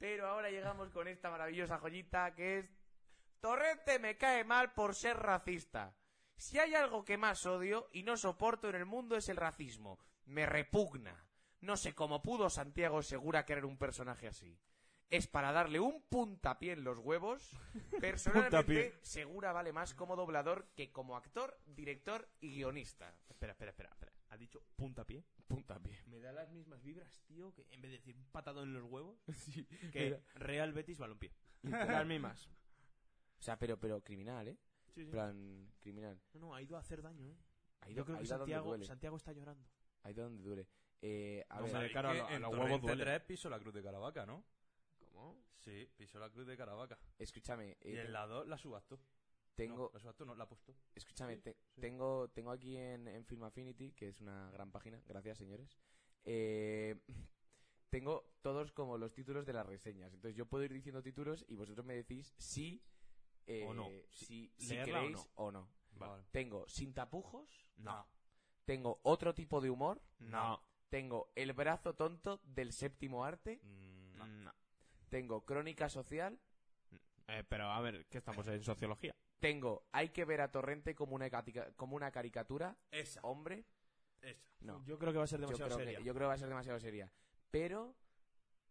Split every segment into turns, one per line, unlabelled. Antonio, ahora llegamos con esta maravillosa joyita que es Torrente me cae mal por ser racista. Si hay algo que más odio y no soporto en el mundo es el racismo. Me repugna. No sé cómo pudo Santiago Segura crear un personaje así. Es para darle un puntapié en los huevos. Personalmente,
Puntapié.
Segura vale más como doblador que como actor, director y guionista.
Espera, espera, espera, espera. ¿Ha dicho puntapié?
Puntapié.
Me da las mismas vibras, tío, que en vez de decir un patado en los huevos,
Sí,
que Real Betis Balompié. las mismas.
O sea, pero, pero criminal, ¿eh?
Sí, sí.
plan criminal.
No, no, ha ido a hacer daño, ¿eh?
Ahí
Yo
do-
creo
ahí
que
da donde
Santiago,
duele.
Santiago está llorando.
Ahí da donde duele. Eh, a
No,
ver,
hombre,
claro,
que
a lo- a
en
los
Torrente
este
huevos duele.
3 piso la cruz de Caravaca, ¿no?
¿Cómo?
Sí, piso la cruz de Caravaca.
escúchame. eh,
y en la 2 la subastó.
tengo,
No, la subastó no, la apostó.
escúchame, te- tengo, tengo aquí en, en Film Affinity, que es una gran página, gracias señores. eh, tengo todos como los títulos de las reseñas. Entonces yo puedo ir diciendo títulos y vosotros me decís si, eh,
O no.
si,
Si-
si
leerla o
queréis o no.
Vale.
Tengo sin tapujos,
No.
tengo otro tipo de humor,
No.
tengo el brazo tonto del séptimo arte,
Mm,
No.
no.
tengo crónica social,
Eh, pero a ver, ¿qué estamos en sociología?
Tengo, hay que ver a Torrente como una, catica- como una caricatura,
Esa,
hombre.
esa.
No, yo,
Yo creo que va a ser demasiado
creo
seria.
que, yo creo que va a ser demasiado seria. Pero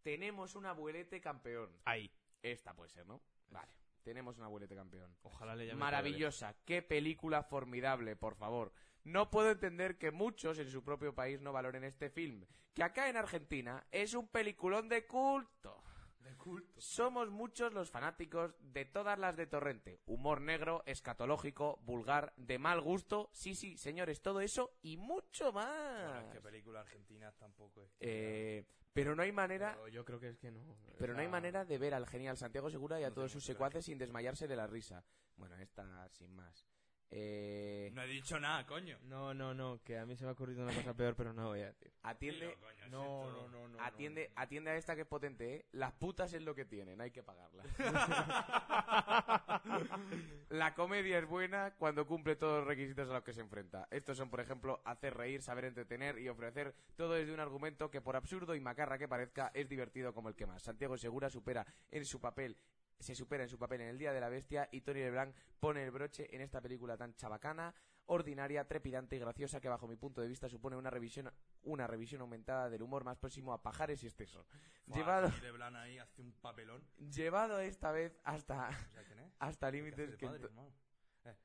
tenemos un abuelete campeón.
Ahí.
Esta puede ser, ¿no? Vale, tenemos un abuelete campeón.
Ojalá le llame
Maravillosa, qué película formidable, por favor. No puedo entender que muchos en su propio país no valoren este film, que acá en Argentina es un peliculón de culto.
De culto.
Somos muchos los fanáticos de todas las de Torrente. Humor negro, escatológico, vulgar, de mal gusto. Sí, sí, señores, todo eso y mucho
Bueno,
más.
es que películas argentinas tampoco es que...
Eh, pero no hay manera,
Pero yo creo que es que no.
pero no hay
Ah,
manera de ver al genial Santiago Segura y a
No
todos
tengo
sus
que ver.
secuaces sin desmayarse de la risa. Bueno, esta sin más. Eh,
No he dicho nada, coño.
No, no, no, que a mí se me ha ocurrido una cosa peor, pero no voy a decir.
atiende,
Dilo,
No,
coño, si
no,
esto-
no, no.
atiende, atiende a esta que es potente, ¿eh? Las putas es lo que tienen, hay que pagarlas. La comedia es buena cuando cumple todos los requisitos a los que se enfrenta. Estos son, por ejemplo, hacer reír, saber entretener y ofrecer todo desde un argumento que, por absurdo y macarra que parezca, es divertido como el que más. Santiago Segura supera en su papel se supera en su papel en El Día de la Bestia y Tony LeBlanc pone el broche en esta película tan chabacana, ordinaria, trepidante y graciosa que bajo mi punto de vista supone una revisión una revisión aumentada del humor más próximo a pajares y exceso.
Fua,
Llevado,
Tony Leblanc ahí hace un papelón.
llevado esta vez hasta,
O sea, ¿quién es?
hasta
¿Qué hace
límites
de
que...
padre,
ento-
hermano? Eh,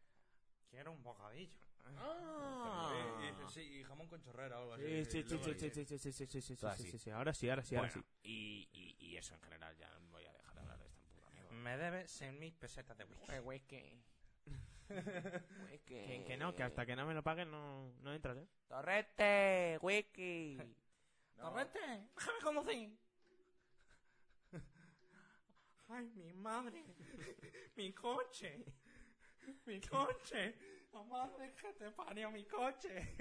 Quiero un bocadillo.
Ah.
Eh, y- sí, y jamón con chorrera o algo
Sí,
así.
sí, sí,
Luego
sí,
ahí- eh.
sí, sí, sí, sí, sí, sí, sí,
Todo
sí,
así.
sí, sí, ahora sí, ahora sí, ahora sí.
Bueno, y, y- y eso en general, ya no voy a dejar de hablar de esta puta mierda.
Me debe 6.000 pesetas de whisky.
Güey, güey, que... Güey, que...
Que, que no, que hasta que no me lo paguen no, no entras, ¿eh?
¡Torrete! ¡Wiki!
¡Torrente! ¡Déjame conducir! ¡Ay, mi madre! ¡Mi coche! ¡Mi coche! ¡Mamá, déjate parió mi coche!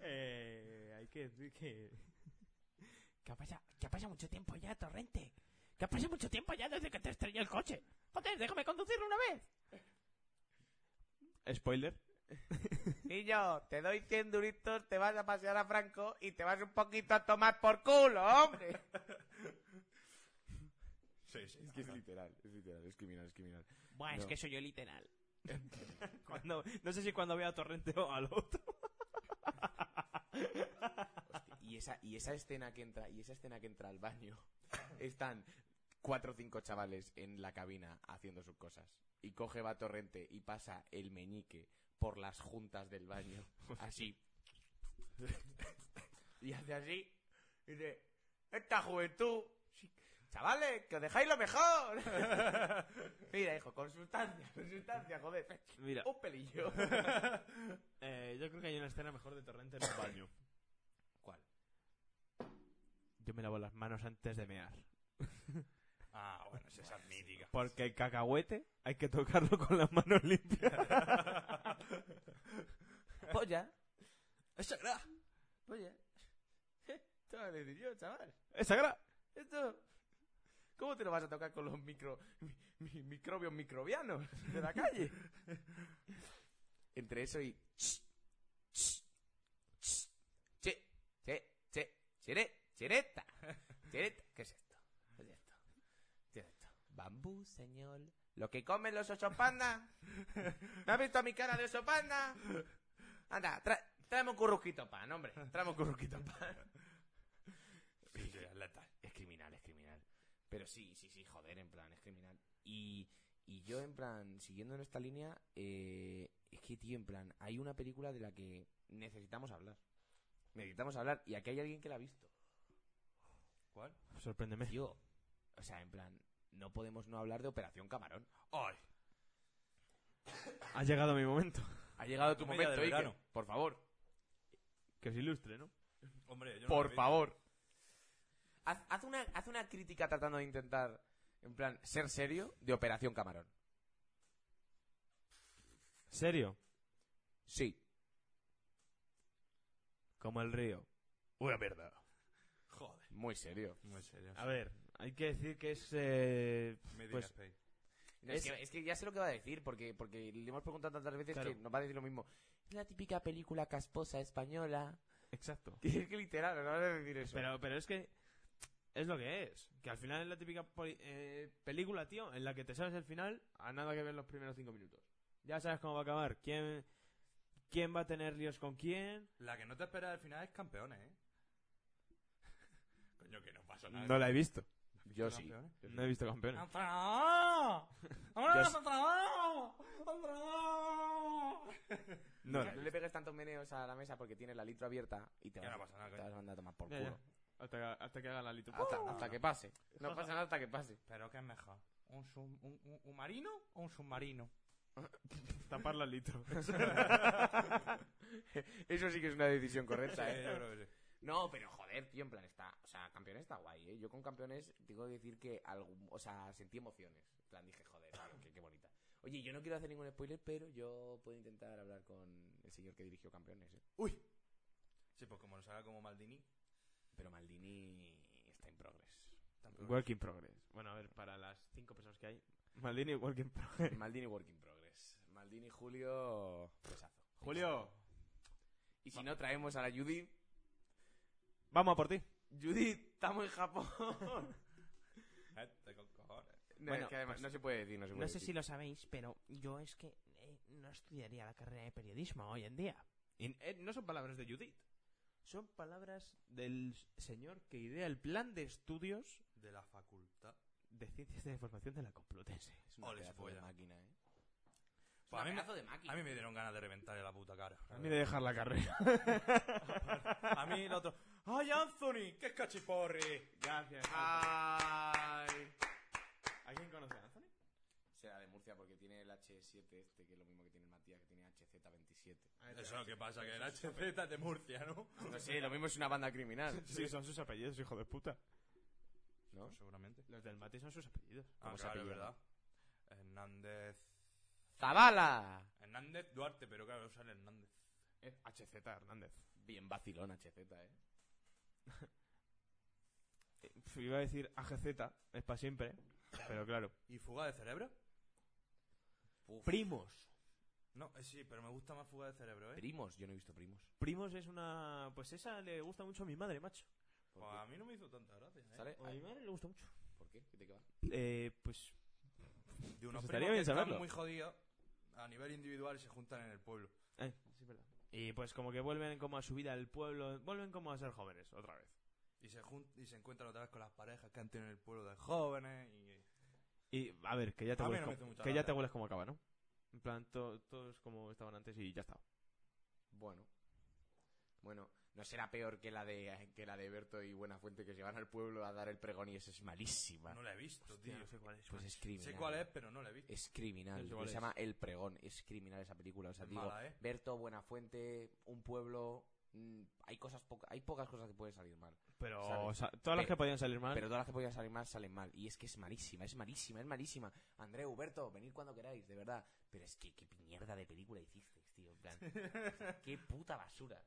Eh, hay que decir que...
Que ha pasado, que ha pasado mucho tiempo ya, Torrente. Que ha pasado mucho tiempo ya desde que te estrellé el coche. Joder, déjame conducirlo una vez.
Spoiler.
Niño, te doy 100 duritos, te vas a pasear a Franco y te vas un poquito a tomar por culo, hombre.
Sí, sí.
Es que es literal, es literal, es criminal, es criminal.
Buah, es
No.
que soy yo literal.
Cuando, no sé si cuando vea a Torrente o al otro.
Y esa, y esa escena que entra, y esa escena que entra al baño, están cuatro o cinco chavales en la cabina haciendo sus cosas. Y coge va torrente y pasa el meñique por las juntas del baño. Así. y hace así. Y dice, esta juventud. sí, Chavales, que os dejáis lo mejor. Mira, hijo, con sustancia, con sustancia, joder.
Mira,
Un pelillo.
eh, yo creo que hay una escena mejor de Torrente en el baño.
¿Cuál?
Yo me lavo las manos antes de mear.
Ah, bueno, es esa es mítica.
Porque el cacahuete hay que tocarlo con las manos limpias.
Polla.
¡Es sagrada!
Oye, estaba le diría, chaval.
¡Es sagrada!
Esto. ¿Cómo te lo vas a tocar con los micro, mi- mi- microbios microbianos de la calle? Entre eso y. Che, che, che, cheret, chereta. Chereta, ¿qué es esto? ¿Qué es esto?
menú, señor.
¿Lo que comen los oso panda? ¿No has visto mi cara de oso panda? Anda, tra- tráeme un curruquito pan, hombre. Tráeme un curruquito pan.
Sí, sí, es letal.
Es criminal, es criminal. Pero sí, sí, sí, joder, en plan, es criminal. Y, y yo, en plan, siguiendo en esta línea, eh, es que, tío, en plan, hay una película de la que necesitamos hablar. Necesitamos hablar, y aquí hay alguien que la ha visto.
¿Cuál?
Sorpréndeme.
Tío, o sea, en plan, no podemos no hablar de Operación Camarón.
¡Ay!
Ha llegado mi momento.
Ha llegado tu
Comedia
momento,
del
Iker.
verano.
Por favor,
Que os ilustre, ¿no?
Hombre, yo no lo
por
vi.
favor. Haz, haz una, haz una crítica tratando de intentar, en plan, ser serio de Operación Camarón.
¿Serio?
Sí.
Como el río. Una mierda.
Joder.
Muy serio.
Muy serio.
A ver, hay que decir que es... eh,
Media
pues-
Space.
No, es,
Es-
que, es que ya sé lo que va a decir, porque, porque le hemos preguntado tantas veces
Claro.
que nos va a decir lo mismo. Es la típica película casposa española.
Exacto.
Y es que literal, nos va a decir eso.
Pero, pero es que es lo que es. Que al final es la típica poli- eh, película, tío, en la que te sabes el final a nada que ver los primeros cinco minutos. Ya sabes cómo va a acabar. ¿Quién, quién va a tener líos con quién?
La que no te espera al final es campeones, ¿eh? Coño, que no pasa nada.
la he visto.
Yo sí.
Campeones.
No he visto campeones.
Ah, Yo
sí.
No,
No, no.
le pegues tantos meneos a la mesa porque tienes la litro abierta y te
Ya
vas,
no pasa nada,
te
coño.
vas a mandar a tomar por
Ya,
culo.
ya. Ah, Hasta, que- hasta que haga la litu.
Hasta, hasta que pase. No pasa nada hasta que pase.
Pero ¿qué es mejor? ¿Un, sub- un, un- un marino o un submarino?
Tapar la litu.
Eso sí que es una decisión correcta,
Sí,
¿eh?
yo creo que sí.
No, pero joder, tío, en plan está. O sea, campeones está guay, ¿eh? Yo con campeones tengo que decir que. algún- o sea, sentí emociones. En plan dije, joder, tío, qué, qué bonita. Oye, yo no quiero hacer ningún spoiler, pero yo puedo intentar hablar con el señor que dirigió campeones, ¿eh?
Sí, pues como nos haga como Maldini.
Pero Maldini está en progress.
tampoco-
Work in progress. Bueno, a ver, para las cinco personas que hay. Maldini, work in progress.
Maldini working progress. Maldini Julio. Pesazo.
Julio,
Y si no, traemos a la Judith.
vamos a por ti.
Judith, estamos en Japón.
Gente con eh, cojones.
No,
Bueno,
es que además no se puede decir, no se puede
No sé
decir.
si lo sabéis, pero yo es que eh, no estudiaría la carrera de periodismo hoy en día.
Y, eh, no son palabras de Judith. Son palabras del señor que idea el plan de estudios
De la facultad.
de ciencias de la información de la Complutense.
Es una
Ole,
pedazo
cebolla.
de máquina, ¿eh? Es
Pues a
una
mí me-
pedazo de máquina.
A mí me dieron ganas de reventarle la puta cara.
A mí de dejar la carrera.
A mí el otro. ¡Ay, Anthony! ¡Qué cachiporri!
Gracias.
Ay.
¿A quién conoce Anthony?
Será de Murcia porque tiene el H7 este, que es lo mismo que tiene el Matías, que tiene HZ27.
Eso es lo que pasa, que el HZ es de Murcia, ¿no?
No sé, lo mismo es una banda criminal.
Sí, son sus apellidos, hijo de puta.
¿No?
seguramente.
Los del Mati son sus apellidos.
Ah,
¿Cómo se
claro, es
apellida?
verdad. Hernández.
¡Zabala!
Hernández Duarte, pero claro, sale Hernández.
HZ Hernández.
Bien vacilón HZ, ¿eh?
Eh, Iba a decir AGZ, es para siempre, pero claro.
¿Y fuga de cerebro?
Primos.
No, eh, sí, pero me gusta más fuga de cerebro, ¿eh?
Primos, yo no he visto primos.
Primos es una... Pues esa le gusta mucho a mi madre, macho.
Pues a mí no me hizo tanta gracia, ¿eh?
¿Sale?
A mi madre le gusta mucho.
¿Por qué? ¿Qué te queda?
Eh, pues
De unos
Pues
primos
estaría
que
bien
están
saberlo.
muy jodidos a nivel individual y se juntan en el pueblo.
Eh, Y pues como que vuelven como a su vida al pueblo, vuelven como a ser jóvenes otra vez.
Y se, jun- y se encuentran otra vez con las parejas que han tenido en el pueblo de jóvenes y...
Y a ver, que ya te,
A mí
hueles,
no me hizo
como,
mucha
que ya
gracia.
te hueles como acaba, ¿no? En plan, to- todos como estaban antes y ya está.
Bueno. Bueno, no será peor que la de que la de Berto y Buenafuente que se van al pueblo a dar el pregón y eso es malísima.
No la he visto, tío.
sé cuál es.
pues es criminal.
Sé cuál es, pero no la he visto.
Es criminal.
Es igual
Se
es.
llama El Pregón. Es criminal esa película. O sea,
Es
digo,
mala, ¿eh?
Berto, Buenafuente, un pueblo. mm, hay cosas poca- hay pocas cosas que pueden salir mal.
Pero
¿Sabes?
o sea, todas las
Pero-
que podían salir
Ah.
mal.
Pero todas las que podían salir mal salen mal. Y es que es malísima, es malísima, es malísima. Andreu, Berto, venid cuando queráis, de verdad. Pero es que qué mierda de película hicisteis, tío. En plan, qué puta basura.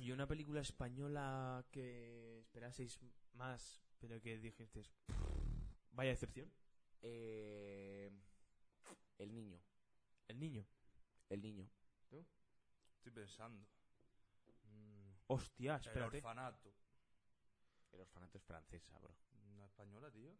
Y una película española que esperaseis más, pero que dijisteis... Vaya excepción.
Eh, el niño.
El niño.
El niño.
Estoy pensando. Mm,
Hostia,
el
espérate.
orfanato.
El orfanato es francesa, bro.
¿Una española, tío?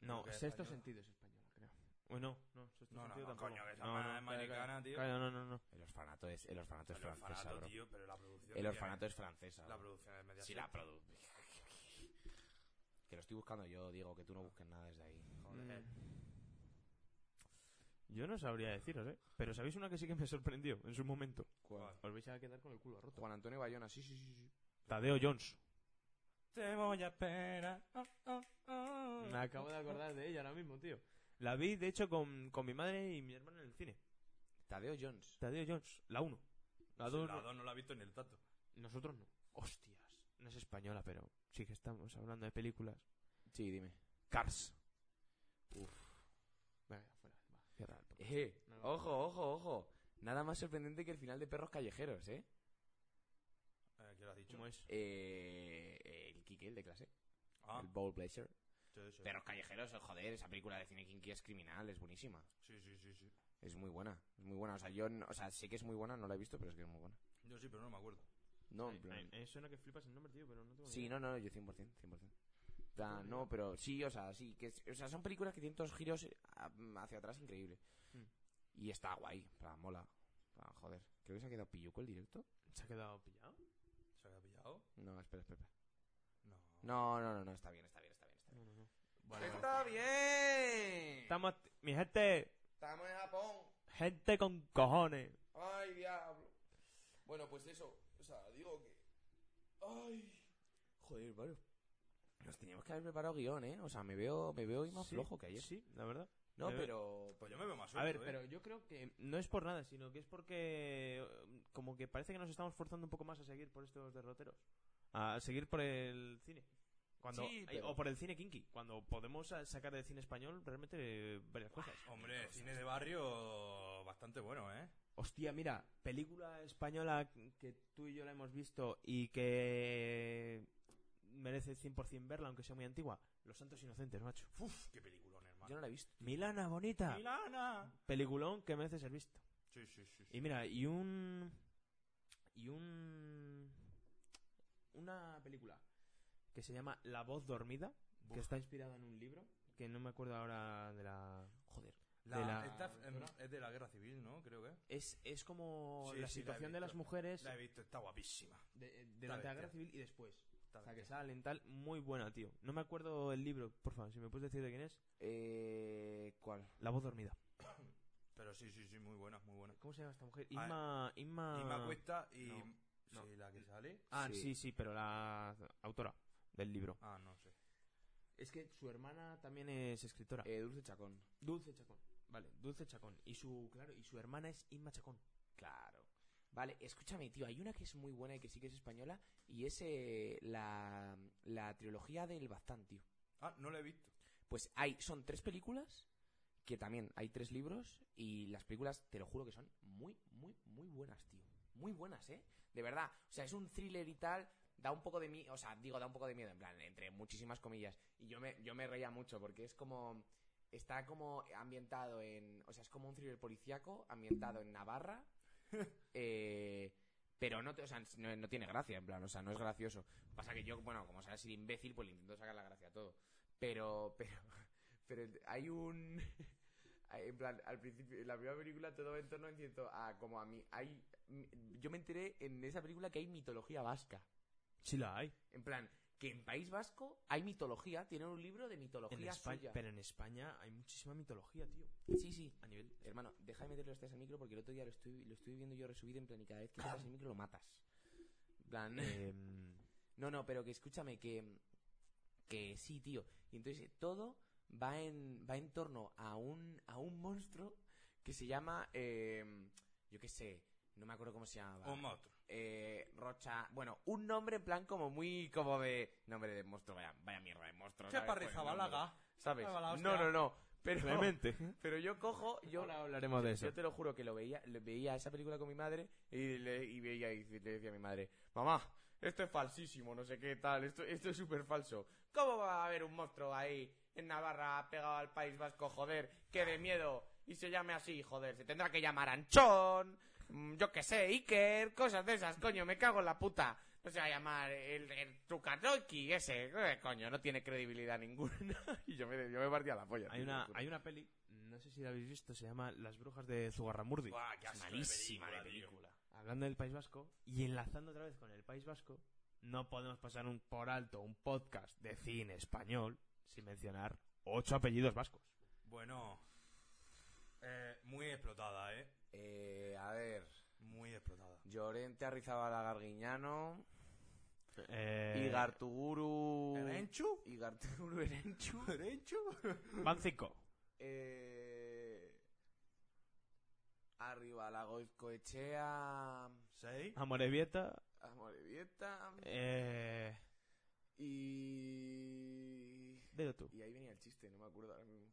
No,
Creo que es
sexto
española.
sentido es española, creo. Bueno, no, sexto
No, no,
sentido
no,
tampoco.
coño, que esa madre es americana, tío.
Calla, no, no, no.
El orfanato es, el orfanato es
El
francesa,
orfanato,
bro.
tío, pero la producción.
El
que
orfanato
tiene-
es francesa.
La
bro.
producción es media.
Si la produ... Que lo estoy buscando yo, Diego, que tú no busques nada desde ahí.
Joder.
Yo no sabría deciros, ¿eh? Pero ¿sabéis una que sí que me sorprendió en su momento?
¿Cuál?
Os vais a quedar con el culo roto.
Juan Antonio Bayona, sí, sí, sí. sí.
Tadeo Jones.
Te voy a esperar. oh, oh, oh.
Me acabo de acordar de ella ahora mismo, tío. La vi, de hecho, con, con mi madre y mi hermana en el cine.
Tadeo Jones.
Tadeo Jones, la 1. La
Sí,
2.
La dos no la ha visto ni el tato.
Nosotros no. Hostias. No es española, pero sí que estamos hablando de películas.
Sí, dime.
Cars.
Uf.
Venga, fuera. va, cierra el podcast.
Eh,
No.
ojo, ojo, ojo. Nada más sorprendente que el final de Perros Callejeros, ¿eh?
Eh, ¿Qué lo has dicho?
¿Cómo es?
Eh, el Kike, el de clase.
Ah,
El Bowl Pleasure.
sí, sí.
Perros Callejeros, oh, joder, esa película de cine kinky es criminal, es buenísima.
Sí, sí, sí, sí.
Es muy buena, es muy buena. O sea, yo, no- o sea, sé que es muy buena, no la he visto, pero es que es muy buena.
Yo sí, pero no me acuerdo.
No,
Ay,
en plan-
ay, ay, suena que flipas el nombre, tío, pero no tengo ni
Sí,
idea.
no, no, yo 100%, 100%. O sea, no, pero sí, o sea, sí, que es- o sea, son películas que tienen todos giros eh, a- hacia atrás increíbles.
Mm.
Y está guay, en plan, mola. En plan, joder, creo que se ha quedado pilluco el directo.
¿Se ha quedado pillado?
¿Se había pillado?
No, espera, espera. espera. No,
No.
no, no, no, está bien, está bien, está bien. Está bien.
No, no, no.
¡Está bien!
Estamos. Mi gente.
Estamos en Japón.
Gente con cojones.
¡Ay, diablo! Bueno, pues eso, o sea, digo que... ¡Ay! Joder, vale. Nos teníamos que haber preparado guión, ¿eh? O sea, me veo, me veo hoy más
Sí,
flojo que ayer.
Sí, la verdad.
No,
Me veo-
pero...
Pues yo me veo más
A
suelto,
ver,
¿eh?
pero yo creo que no es por nada, sino que es porque eh, como que parece que nos estamos forzando un poco más a seguir por estos derroteros, a seguir por el cine. Cuando,
Sí,
eh,
pero-
O por el cine kinky, cuando podemos eh, sacar del cine español realmente eh, varias cosas.
Hombre, cine de barrio bastante bueno, ¿eh?
Hostia, mira, película española que tú y yo la hemos visto y que merece 100% verla, aunque sea muy antigua. Los Santos Inocentes, macho.
Uf, qué peliculón,
Yo
hermano.
no la he visto.
Milana bonita.
¡Milana!
Peliculón que merece ser visto.
Sí, sí, sí. sí.
Y mira, y un. Y un. Una película que se llama La voz dormida,
Buf.
que está inspirada en un libro, que no me acuerdo ahora de la. Joder.
La-
de la-
esta f- em, es de la guerra civil, ¿no? Creo que.
Es, es como
Sí,
la
sí, la he
situación de las
visto.
mujeres
La he visto, está guapísima.
de- eh, durante la
bestia.
guerra civil y después.
Está
O sea, que
bestia.
salen tal, muy buena, tío. No me acuerdo el libro, por favor, si me puedes decir de quién es.
Eh, ¿Cuál?
La voz dormida.
Pero sí, sí, sí, muy buena, muy buena.
¿Cómo se llama esta mujer? Inma.
Ah,
Inma.
Y me acuesta y.
no, no.
Sí, la que sale.
Ah,
Sí.
sí, sí, pero la autora del libro.
Ah, no sé.
Es que su hermana también es escritora.
Eh, Dulce Chacón.
Dulce Chacón. Vale, Dulce Chacón. Y su, claro, y su hermana es Inma Chacón.
Claro. Vale, escúchame, tío, hay una que es muy buena y que sí que es española y es eh, la, la trilogía del Baztán, tío.
Ah, no la he visto.
Pues hay, son tres películas que también hay tres libros y las películas, te lo juro que son muy, muy, muy buenas, tío. Muy buenas, ¿eh? De verdad. O sea, es un thriller y tal, da un poco de miedo, o sea, digo, da un poco de miedo, en plan, entre muchísimas comillas. Y yo me, yo me reía mucho porque es como... Está como ambientado en... O sea, es como un thriller policíaco ambientado en Navarra. eh, pero no, te- o sea, no, no tiene gracia, en plan, o sea, no es gracioso. Pasa que yo, bueno, como sabes, ser imbécil, pues le intento sacar la gracia a todo. Pero, pero, pero hay un... hay- En plan, al principio, en la primera película todo va en torno, entiendo, a como a mí. Hay, yo me enteré en esa película que hay mitología vasca.
Sí la hay.
En plan, que en País Vasco hay mitología, tienen un libro de mitología
En España,
suya.
pero en España hay muchísima mitología, tío.
Sí, sí.
A nivel...
Hermano, deja de meterlo hasta el este micro porque el otro día lo estoy, lo estoy viendo yo resubido en plan y cada vez que metas el micro lo matas. En plan...
em,
No, no, pero que escúchame, que, que sí, tío. Y entonces eh, todo va en, va en torno a un, a un monstruo que se llama, eh, yo qué sé, no me acuerdo cómo se llamaba.
Un monstruo.
Eh, Rocha, bueno, un nombre en plan como muy, como de, nombre de monstruo, vaya, vaya mierda de monstruo.
¿Qué
¿sabes? Pues, nombre,
parrizabalaga?
¿Sabes?
Ah, la
No,
hostia.
no, no. Pero,
Clemente.
pero yo cojo, yo,
Ahora hablaremos de eso.
yo te lo juro que lo veía, lo- veía esa película con mi madre y le, y veía y le decía a mi madre, mamá, esto es falsísimo, no sé qué tal, esto, esto es súper falso. ¿Cómo va a haber un monstruo ahí en Navarra pegado al País Vasco, joder, que de miedo? Y se llame así, joder, se tendrá que llamar Anchón, mm, yo qué sé, Iker, cosas de esas, coño, me cago en la puta. No se va a llamar el, el Tukanoki ese. eh, Coño, no tiene credibilidad ninguna. y yo me, yo me partía la polla.
Hay
tío,
una,
te lo juro.
hay una peli, no sé si la habéis visto, se llama Las brujas de Zugarramurdi.
Buah, qué
Es
asco Pues de
malísima
película,
de
tío.
película.
Hablando del País Vasco y enlazando otra vez con el País Vasco, no podemos pasar un por alto un podcast de cine español sin mencionar ocho apellidos vascos.
Bueno, eh, muy explotada, ¿eh?
Eh, a ver.
Muy explotada.
Llorente Arrizabala Garguiñano.
Eh,
Uh.
Igartuguru.
¿Erenchu?
Igartuguru Erenchu.
¿Erenchu?
Van cinco.
Eh, arriba la Goizcoechea.
¿Seis?
Amorebieta.
Amorebieta.
Eh,
Y.
dilo tú.
Y ahí venía el chiste, no me acuerdo ahora mismo.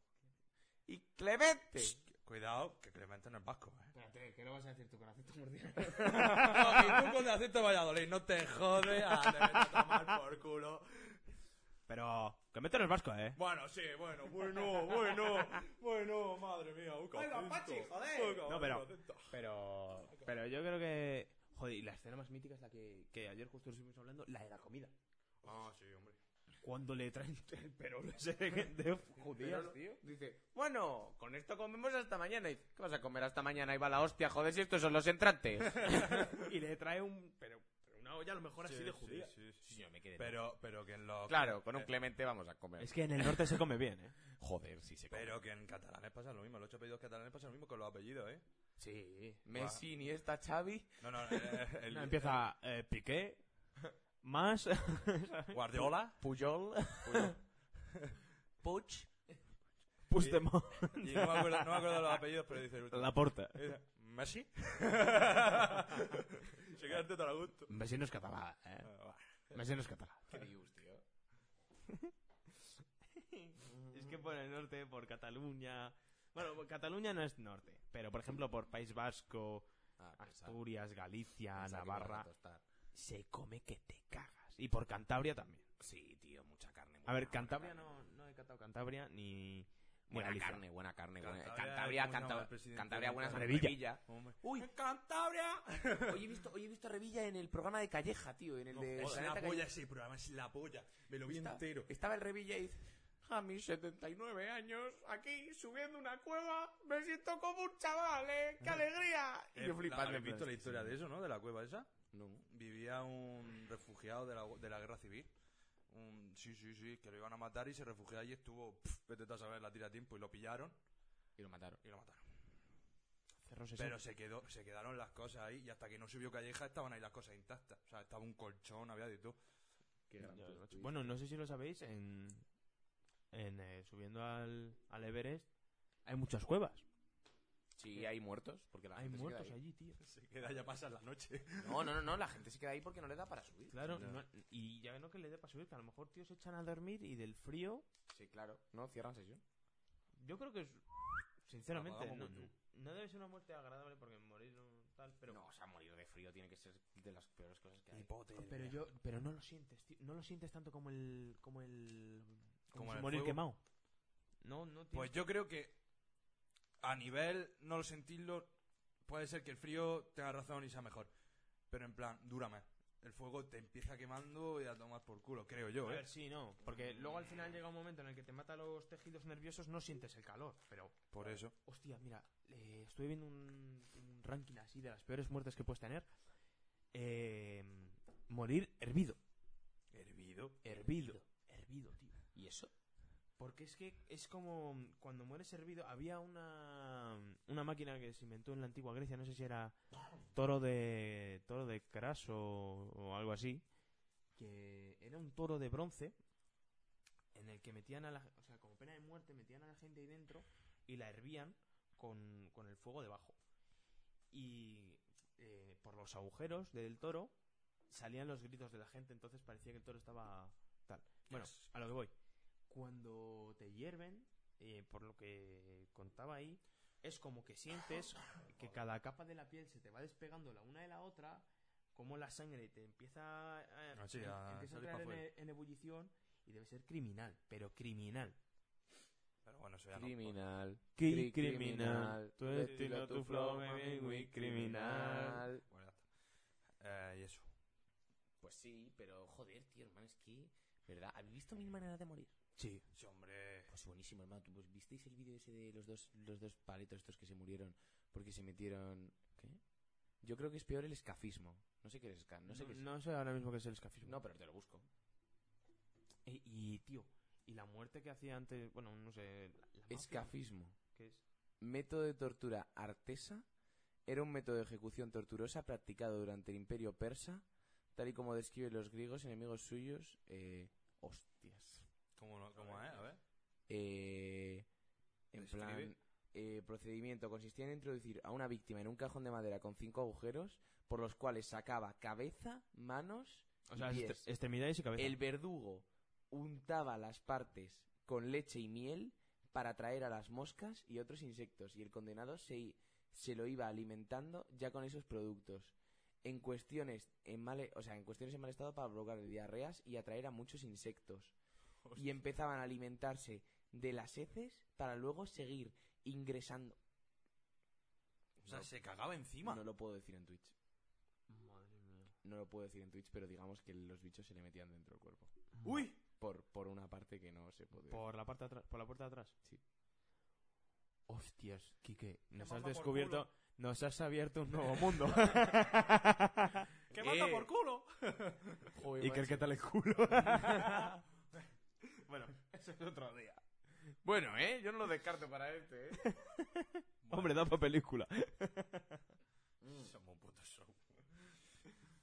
¡Y Clemente!
Cuidado, que Clemente no es vasco, ¿eh?
Espérate, que no vas a decir tú con acento
no, que tú con acento Valladolid no te jode. Ah, te vete a tomar por culo.
Pero, que meto en el vasco, eh.
Bueno, sí, bueno, bueno, bueno, bueno, madre mía, un acento. Un
No, pero-
acento.
Pero, pero yo creo que. Joder, y la escena más mítica es la que, que ayer justo estuvimos hablando, la de la comida.
Ah, sí, hombre.
Cuando le traen el perol ese de, de judías, tío.
Dice, bueno, con esto comemos hasta mañana. Y dice, ¿qué vas a comer hasta mañana? Y va la hostia, joder, si estos son los entrantes.
Y le trae un. Pero, pero una olla a lo mejor así
Sí,
de
sí,
judía.
sí, sí.
yo me quedé.
Pero, pero que en los...
claro, con un Clemente vamos a comer.
Eh, Es que en el norte se come bien, eh.
Joder, sí se come.
Pero que en catalanes pasa lo mismo, los ocho apellidos catalanes pasa lo mismo con los apellidos, ¿eh?
Sí. Messi, ni esta Xavi.
No, no, eh, el,
No, empieza eh, Piqué. Más.
Guardiola
Puyol. Puch.
Pustemón.
y no me, acuerdo, no me acuerdo de los apellidos, pero dice el último.
La porta.
Y dice, ¿Messi? Se quedaste tan a gusto.
Messi no es catalán, eh.
Ah, va.
Messi no es catalán.
¿Qué dius, tío?
Es que por el norte, por Cataluña. Bueno, por Cataluña no es norte, pero por ejemplo por País Vasco,
Ah, pensaba-
Asturias, Galicia,
pensaba que me
Navarra,
ibas a tostar.
se come que te cagas. Y por Cantabria también.
Sí, tío, mucha carne.
A
buena,
ver,
buena
Cantabria
carne.
no, no he cantado Cantabria ni, ni
Buena
Galicia.
carne, buena carne. buena-
Cantabria,
Cantabria,
¿cómo se llama
Cantabria,
el presidente
Cantabria,
de
buena
Cantabria?
Revilla.
Hombre.
Uy, Cantabria. hoy, he visto, hoy he visto a Revilla en el programa de Calleja, tío. En el
No,
de
joder,
Planeta
es la polla
Calle-
ese programa, es la polla. Me lo vi
Está-
entero.
Estaba el Revilla y dice: A mis 79 años, aquí subiendo una cueva, me siento como un chaval, ¿eh? ¡Qué alegría! Y
Eh,
yo flipando.
¿Habéis
en plan,
visto la
sí,
historia
sí.
de eso, no? De la cueva esa.
No.
Vivía un refugiado de la, de la guerra civil. Un- sí, sí, sí, que lo iban a matar y se refugió allí. Estuvo, pf, vete tú a saber, la tira a tiempo y lo pillaron
Y lo mataron.
y lo mataron.
Cerros ese.
Pero se quedó, se quedaron las cosas ahí y hasta que no subió Calleja estaban ahí las cosas intactas. O sea, estaba un colchón, había de todo.
Qué gran
Ya,
plot twist.
bueno, no sé si lo sabéis, en, en, eh, subiendo al, al Everest hay muchas cuevas.
Sí, hay muertos. Porque la
Hay
gente se queda
muertos
ahí.
allí, tío.
Se queda ya pasar la noche.
No, no, no, no, la gente se queda ahí porque no le da para subir.
Claro,
Ya.
no- y ya no que le dé para subir, que a lo mejor tíos se echan a dormir y del frío
Sí, claro. No, cierran sesión.
Yo creo que es. Sinceramente, no,
Apagamos Windows.
no debe ser una muerte agradable porque morir no tal, pero.
No, o sea, morir de frío tiene que ser de las peores cosas que hay.
Hipotermia.
Pero yo, pero no lo sientes, tío. No lo sientes tanto como el. como el. como,
Como
si
el
morir
fuego.
quemado. No, no
Pues
tienes-
yo creo que a nivel no lo sentirlo, puede ser que el frío tenga razón y sea mejor. Pero en plan, dura más. El fuego te empieza quemando y a tomar por culo, creo
A
yo, ¿eh?
ver, sí, no. Porque luego al final llega un momento en el que te mata los tejidos nerviosos, no sientes el calor. Pero,
Por eso.
hostia, mira, eh, estuve viendo un, un ranking así de las peores muertes que puedes tener. Eh, morir hervido.
Hervido.
Hervido. Hervido, tío.
¿Y eso?
Porque es que es como cuando mueres hervido. Había una, una máquina que se inventó en la antigua Grecia, no sé si era toro de toro de craso o algo así, que era un toro de bronce en el que metían a la, o sea, como pena de muerte metían a la gente ahí dentro y la hervían con, con el fuego debajo. Y eh, por los agujeros del toro salían los gritos de la gente, entonces parecía que el toro estaba tal. Bueno,
asco.
a lo que voy. Cuando te hierven, eh, por lo que contaba ahí, es como que sientes que cada capa de la piel se te va despegando la una de la otra, como la sangre te empieza, eh,
Así,
em-
a
empieza a
salir
entrar
pa'
en,
fuera.
e- en ebullición y debe ser criminal, pero criminal.
Pero bueno, eso ya no-
Criminal. cri-
Cri- criminal. Tu estilo, tu flow,
forma,
me ven muy criminal.
Bueno, ya está. Eh, y eso.
Pues sí, pero joder, tío, hermano, es que... ¿Verdad? ¿Habéis visto Mil Maneras de Morir?
Sí.
Sí, hombre.
Pues buenísimo, hermano. ¿Tú, pues, ¿Visteis el vídeo ese de los dos, los dos paletos estos que se murieron porque se metieron... ¿Qué? Yo creo que es peor el escafismo. No sé qué es escafismo. No sé qué es...
no sé ahora mismo qué es el escafismo.
No, pero te lo busco.
Y, y, tío, y la muerte que hacía antes, bueno, no sé, la, la mafia,
Escafismo.
¿qué es?
Método de tortura artesa era un método de ejecución torturosa practicado durante el Imperio Persa, tal y como describen los griegos enemigos suyos. eh, hostias.
¿Cómo, no, cómo es? A ver.
Eh, en
Describe.
plan, eh, procedimiento consistía en introducir a una víctima en un cajón de madera con cinco agujeros, por los cuales sacaba cabeza, manos
O sea,
y
este-
pies.
extremidades y cabeza.
El verdugo untaba las partes con leche y miel para atraer a las moscas y otros insectos, y el condenado se, i- se lo iba alimentando ya con esos productos. En cuestiones en mal, o sea, en cuestiones en mal estado para provocar diarreas y atraer a muchos insectos. Y empezaban a alimentarse de las heces para luego seguir ingresando.
O sea,
No,
se cagaba encima.
no lo puedo decir en Twitch.
Madre mía.
No lo puedo decir en Twitch, pero digamos que los bichos se le metían dentro del cuerpo.
¡Uy!
Por, por una parte que no se puede.
Por la parte de atrás, por la puerta de atrás.
Sí.
Hostias, Quique, nos
manda
has
por
descubierto, nos has abierto un nuevo mundo.
¡Que manda por culo!
Eh. Joder,
¿Y qué
macho.
tal el culo? bueno, eso es otro día. Bueno, eh, yo no lo descarto para este, eh. Hombre, da para película. Mm.
Somos un puto show.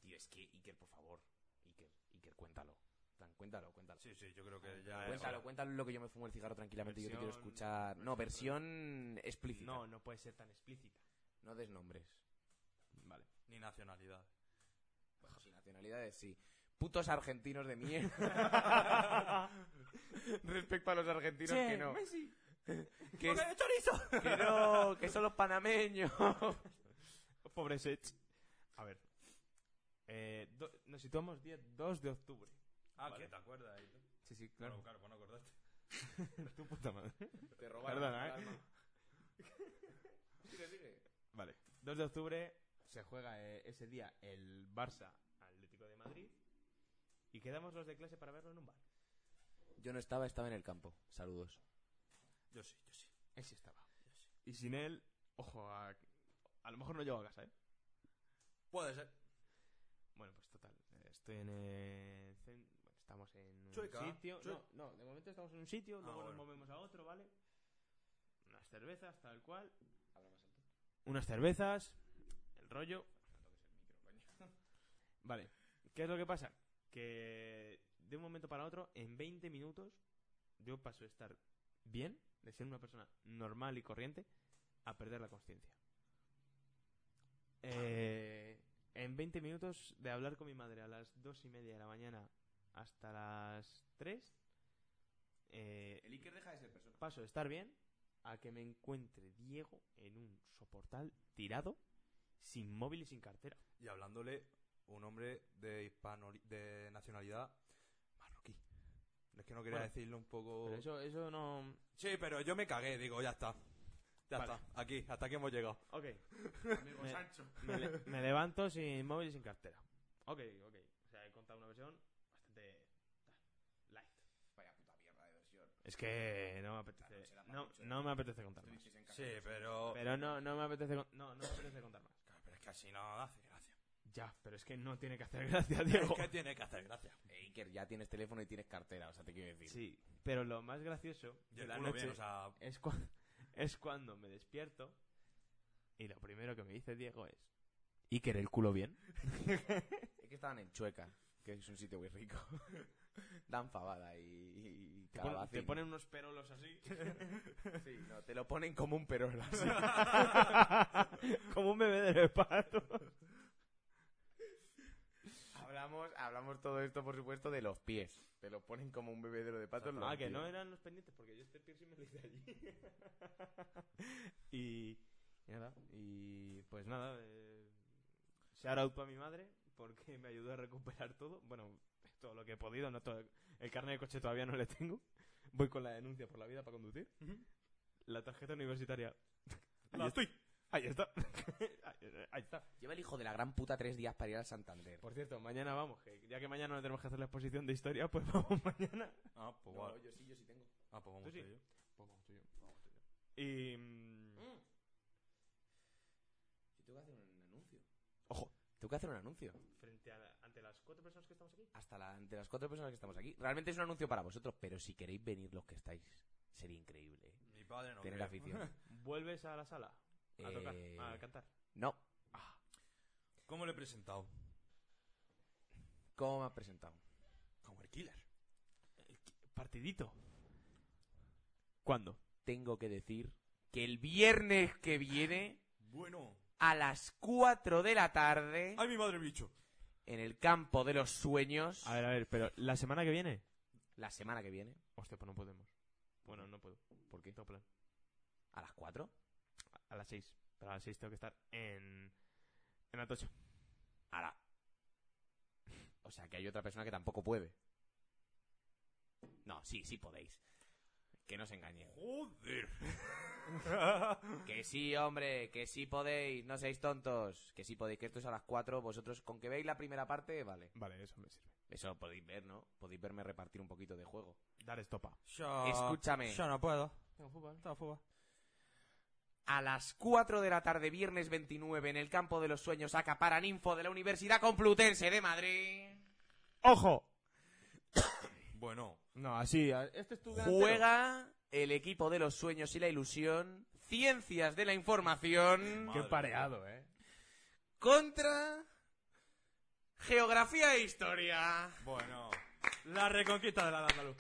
Tío, es que Iker, por favor. Iker, Iker, cuéntalo. Tan, cuéntalo, cuéntalo.
Sí, sí, yo creo que ya es
Ah, Cuéntalo,
hora.
cuéntalo lo que yo me fumo el cigarro tranquilamente y yo te quiero
Versión-
escuchar. No, versión explícita.
No,
No,
no puede ser tan explícita.
des nombres.
Vale.
Ni nacionalidad.
Bueno, sí, nacionalidades sí. Putos argentinos de mierda. Respecto a los argentinos que no. Que, es- que no, que son los panameños.
Pobre Sech. A ver. Eh, do- nos situamos día 2 de octubre.
Ah,
Vale.
que te acuerdas. ahí.
Sí, sí,
Claro, claro, pues no acordaste.
tu puta madre.
Te
robaron Perdona, el ¿eh?
Sigue, sigue.
Vale. 2 de octubre se juega eh, ese día el Barça Atlético de Madrid. Y quedamos los de clase para verlo en un bar.
Yo no estaba, estaba en el campo. Saludos.
Yo sí, yo sí.
Él sí estaba. Y sin él, ojo, a, a lo mejor no llego a casa, ¿eh?
Puede ser.
Bueno, pues total. eh, Estoy en el cen- bueno, estamos en un
Chueca,
sitio.
chue-
No, no, de momento estamos en un sitio,
Ah,
luego nos
bueno.
movemos a otro, ¿vale? Unas cervezas, tal cual. Unas cervezas, el rollo. Vale. ¿Qué es lo que pasa? Que de un momento para otro, en 20 minutos, yo paso de estar bien, de ser una persona normal y corriente, a perder la conciencia. Eh, en 20 minutos de hablar con mi madre a las 2 y media de la mañana hasta las 3, eh,
El Iker deja de ser persona.
paso de estar bien a que me encuentre Diego en un soportal tirado, sin móvil y sin cartera.
Y hablándole un hombre de hispano de nacionalidad marroquí. Es que no quería
Bueno,
decirlo un poco.
Pero eso, eso no...
Sí, pero yo me cagué, digo, ya está. Ya
Vale.
está, aquí, hasta aquí hemos llegado.
Ok. me, me le- me levanto sin móvil y sin cartera. Ok, ok. O sea, he contado una versión bastante light.
Vaya puta mierda de versión.
Es que no me apetece...
Claro, se da para
No,
mucho,
no me apetece contar
Tú
más.
dices en casa
Sí,
de persona.
pero. Claro,
Pero no, no me apetece, con- no, no me apetece contar más.
Pero, es que así no hace gracia.
Ya, pero es que no tiene que hacer gracia,
Es
Diego.
que tiene que hacer gracia.
Eh, Iker, ya tienes teléfono y tienes cartera, o sea, te quiero decir.
Sí, pero lo más gracioso
Y
de
el
la
culo
noche
bien, o sea.
es, cua- es cuando me despierto y lo primero que me dice Diego es... Iker, el culo bien.
Es que estaban en Chueca, que es un sitio muy rico. Dan fabada y, y
Te, pon-
calabacín.
te ponen unos perolos así.
Sí, no, te lo ponen como un perol. así.
Como un bebé de reparto.
hablamos, hablamos todo esto, por supuesto, de los pies. Te lo ponen como un bebedero de patos. los
Ah, que
pies.
no eran los pendientes, porque yo este piercing me lo hice allí. y, y nada, y pues nada, eh, shout out para mi madre, porque me ayudó a recuperar todo. Bueno, todo lo que he podido, no todo, el carnet de coche todavía no le tengo. Voy con la denuncia por la vida para conducir. La tarjeta universitaria.
La
estoy. Ahí está. Ahí está.
Lleva el hijo de la gran puta tres días para ir al Santander.
Por cierto, mañana vamos, que ya que mañana no tenemos que hacer la exposición de historia, pues vamos mañana.
Ah, pues
No,
vale.
yo sí, yo sí tengo.
Ah, pues vamos.
¿Tú sí?
tú y yo.
Pues vamos tú y yo. Y. mm,
Yo tengo que hacer un anuncio.
Ojo.
Tengo que hacer un anuncio.
Frente a la- ante las cuatro personas que estamos aquí.
Hasta la, de las cuatro personas que estamos aquí. Realmente es un anuncio para vosotros, pero si queréis venir los que estáis, sería increíble. ¿eh?
Mi padre no.
Tener
creo.
afición.
Vuelves a la sala a tocar,
Eh,
a cantar.
No,
¿Cómo le he presentado?
¿cómo me has presentado?
Como el killer.
Partidito. ¿Cuándo?
Tengo que decir que el viernes que viene,
Bueno.
a las 4 de la
¿Eh?
tarde,
¡Ay, mi madre bicho!
en el campo de los sueños,
A ver, a ver, pero la semana que viene.
la semana que viene,
Hostia, pues no podemos. Bueno, no puedo. ¿Por qué? Tengo plan.
a las 4,
A las 6. Pero a las 6 tengo que estar en. En Atocha.
a la... O sea que hay otra persona que tampoco puede. No, sí, sí podéis. Que no os engañéis.
¡Joder!
Que sí, hombre, que sí podéis, no seáis tontos. Que sí podéis, que esto es a las 4. Vosotros, con que veáis la primera parte, vale.
Vale, eso me sirve.
Eso podéis ver, ¿no? Podéis verme repartir un poquito de juego.
Dar estopa.
Ya-
Escúchame.
Ya no puedo.
Tengo fútbol.
Está fuga.
A las 4 de la tarde, viernes 29, en el campo de los sueños, acaparan info de la Universidad Complutense de Madrid.
¡Ojo!
Bueno.
No, así. a- Este es tu delantero.
Juega el equipo de los sueños y la ilusión, Ciencias de la Información,
Qué
Madre
pareado, eh.
contra Geografía e Historia.
Bueno. La reconquista de la Andaluz.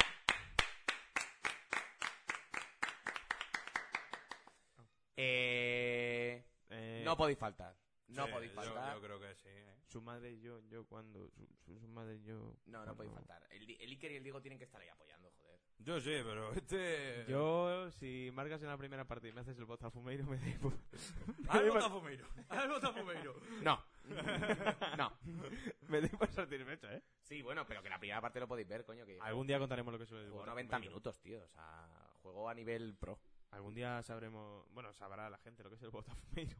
Eh,
Eh,
No podéis faltar. No
Sí,
podéis
yo-
faltar.
Yo, creo que sí, ¿eh?
Su madre y yo, yo cuando. Su, su- su madre y yo.
No, no podéis
cuando-
faltar. El, Di- el Iker y el Diego tienen que estar ahí apoyando, joder.
Yo sí, pero este...
Yo, si marcas en la primera parte y me haces el botafumeiro, me dais me
Al
dais
vota
pa-
Fumeiro. Al vota Fumeiro.
No. no.
me dais por satisfecho, eh.
Sí, bueno, pero que la primera parte lo podéis ver, coño. Que
Algún día contaremos lo que suele
juego 90 minutos, tío. O sea, juego a nivel pro.
Algún día sabremos. Bueno, sabrá la gente lo que es el botafumeiro.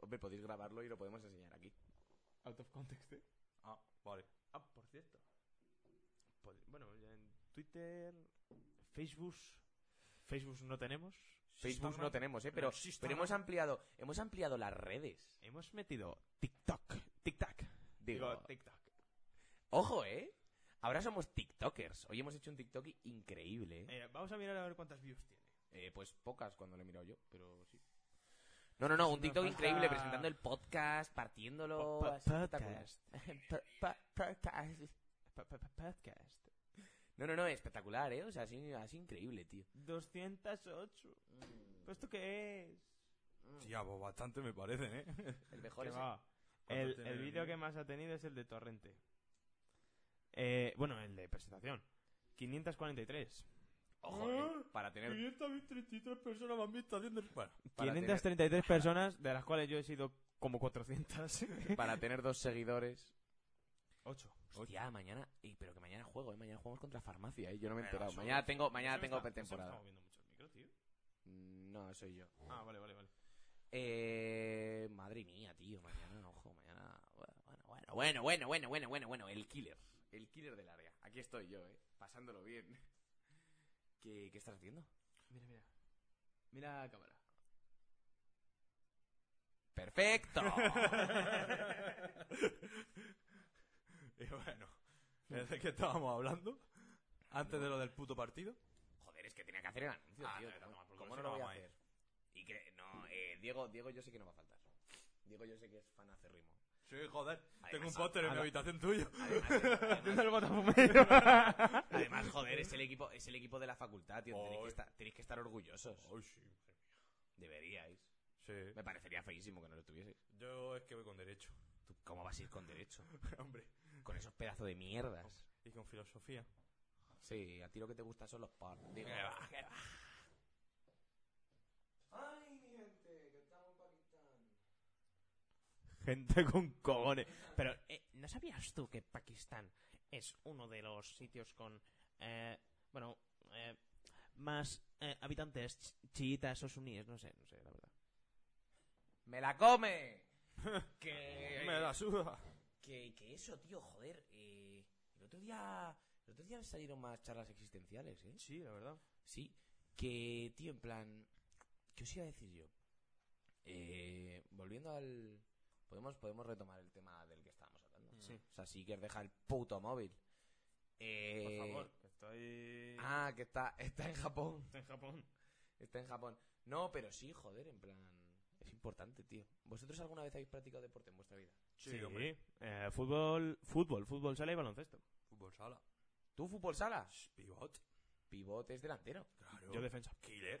Hombre, podéis grabarlo y lo podemos enseñar aquí.
Out of context, eh.
Ah, vale.
Ah, por cierto. Pod- Bueno, ya en Twitter, Facebook. Facebook no tenemos.
Facebook
Instagram.
no tenemos, ¿eh? Pero,
existe
pero
nada.
hemos ampliado hemos ampliado las redes.
Hemos metido TikTok. TikTok.
Digo, ¿eh?
TikTok.
ojo, ¿eh? Ahora somos TikTokers. Hoy hemos hecho un TikTok increíble, ¿eh?
Eh, vamos a mirar a ver cuántas views tiene.
Eh, pues pocas cuando lo he mirado yo, pero sí. No, no, no, un TikTok
paja-
increíble presentando el podcast, partiéndolo.
Po- po-
así, espectacular.
podcast.
Po- po- podcast.
Pa- pa- pa- Podcast.
No, no, no, espectacular, ¿eh? O sea, así, así increíble, tío.
208. ¿Pero esto qué es?
Tía, pues bastante me parecen, ¿eh?
El mejor
Que
es.
va.
¿Cuánto
El,
tiene
el
el
vídeo
vídeo?
que más ha tenido es el de Torrente. Eh, bueno, el de presentación. 543.
Ojo, ¿eh? para tener.
533 personas más vistas haciendo... Bueno,
Para
533 personas, de las cuales yo he sido como 400.
Para tener dos seguidores.
8.
Hostia, mañana. y pero que mañana juego, ¿eh? Mañana jugamos contra farmacia, ¿eh? Yo no me he
Pero
enterado.
eso-
Mañana tengo, mañana tengo pretemporada.
moviendo mucho el micro, tío.
Mm, No, soy yo.
Ah, vale, vale, vale.
Eh. Madre mía, tío. Mañana, ojo, mañana. Bueno, bueno, bueno, bueno, bueno, bueno, bueno, bueno. El killer. El killer del área. Aquí estoy yo, eh. Pasándolo bien. ¿Qué, qué estás haciendo?
Mira, mira. Mira la cámara.
¡Perfecto!
y bueno, ¿es de qué estábamos hablando? Antes de lo del puto partido.
Joder, es que tenía que hacer el anuncio,
Ah,
tío.
te lo
¿Cómo,
tomas por
cómo
culo,
no lo
si no
voy a
vamos a ir.
hacer? Y que, no, eh, Diego, Diego yo sé que no va a faltar. Diego yo sé que es fan acérrimo.
Sí, joder, tengo un
Además,
póster en mi
ahora-
habitación tuyo.
Además, además-
el botafumeiro.
además, joder, es el equipo, es el equipo de la facultad, tío. Tenéis que
Oy.
estar, tenéis que estar orgullosos.
Ay, sí, madre
Deberíais.
mía.
Me parecería feísimo que no lo tuvieseis.
Sí, yo es que voy con derecho.
¿Tú cómo vas a ir con derecho?
Hombre,
Con esos pedazos de mierdas.
y con filosofía.
Sí, a ti lo que te gusta son los par. Digo,
Que va,
va. Ay, mi gente, que estamos en Pakistán.
Gente con cojones.
Pero, eh, ¿no sabías tú que Pakistán es uno de los sitios con, eh, bueno, eh, más eh, habitantes chi- chiitas o suníes? No sé, no sé, la verdad.
¡Me la come! que...
Eh, Me la suda.
Que, que eso, tío, joder. eh, el otro día. El otro día salieron más charlas existenciales, ¿eh?
Sí, la verdad.
Sí. Que, tío, en plan. ¿Qué os iba a decir yo? Eh, volviendo al. Podemos, podemos retomar el tema del que estábamos hablando.
Sí.
O sea, sí que os deja el puto móvil. Eh,
Por favor, que estoy.
Ah, que está, está en Japón.
Estoy en Japón.
Está en Japón. No, pero sí, joder, en plan. Es importante, tío. ¿Vosotros alguna vez habéis practicado deporte en vuestra vida?
Sí,
Eh, fútbol, fútbol, fútbol sala y baloncesto.
Fútbol sala.
¿Tú, fútbol sala?
Shh, Pivot.
Pivote es delantero.
Claro.
Yo defensa.
Killer.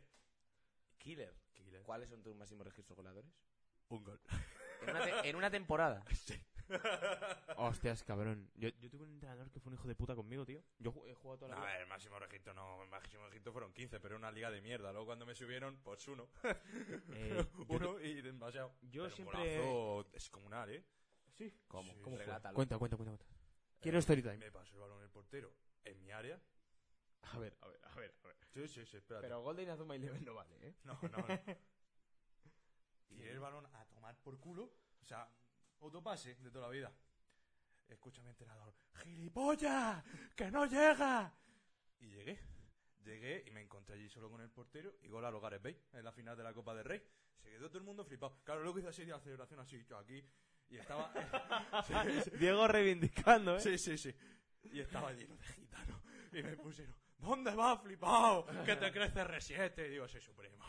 Killer.
Killer.
¿Cuáles son tus máximos registros goleadores?
Un gol.
En una, te- en una temporada.
Hostias, cabrón. Yo, yo tuve un entrenador que fue un hijo de puta conmigo, tío. Yo ju- he jugado toda la
A
vida.
ver, el máximo registro no, el máximo registro fueron 15, pero era una liga de mierda. Luego cuando me subieron, pues uno.
Eh, yo,
uno y demasiado.
yo
Pero
siempre.
Un golazo descomunal, ¿eh?
Sí.
¿Cómo?
Sí,
¿Cómo
sí.
Relátalo.
Cuenta, cuenta, cuenta, cuenta.
Eh,
Quiero este story time.
Me pasó el balón el portero. En mi área.
A ver, a ver, a ver, a ver.
Sí, sí, sí, espérate.
Pero Golden Azuma Eleven no vale, ¿eh?
No, no, no. Tiré el balón a tomar por culo. O sea, autopase de toda la vida. Escúchame, entrenador. ¡Gilipollas! ¡Que no llega! Y llegué. Llegué y me encontré allí solo con el portero y gol a los Gareth Bale en la final de la Copa del Rey. Se quedó todo el mundo flipado. Claro, luego hice así la celebración así, yo aquí. Y estaba... Sí, sí.
Diego reivindicando, ¿eh?
Sí, sí, sí. Y estaba lleno de gitano. Y me pusieron, ¿dónde vas, flipado? Que te crece R7. Y digo, soy supremo.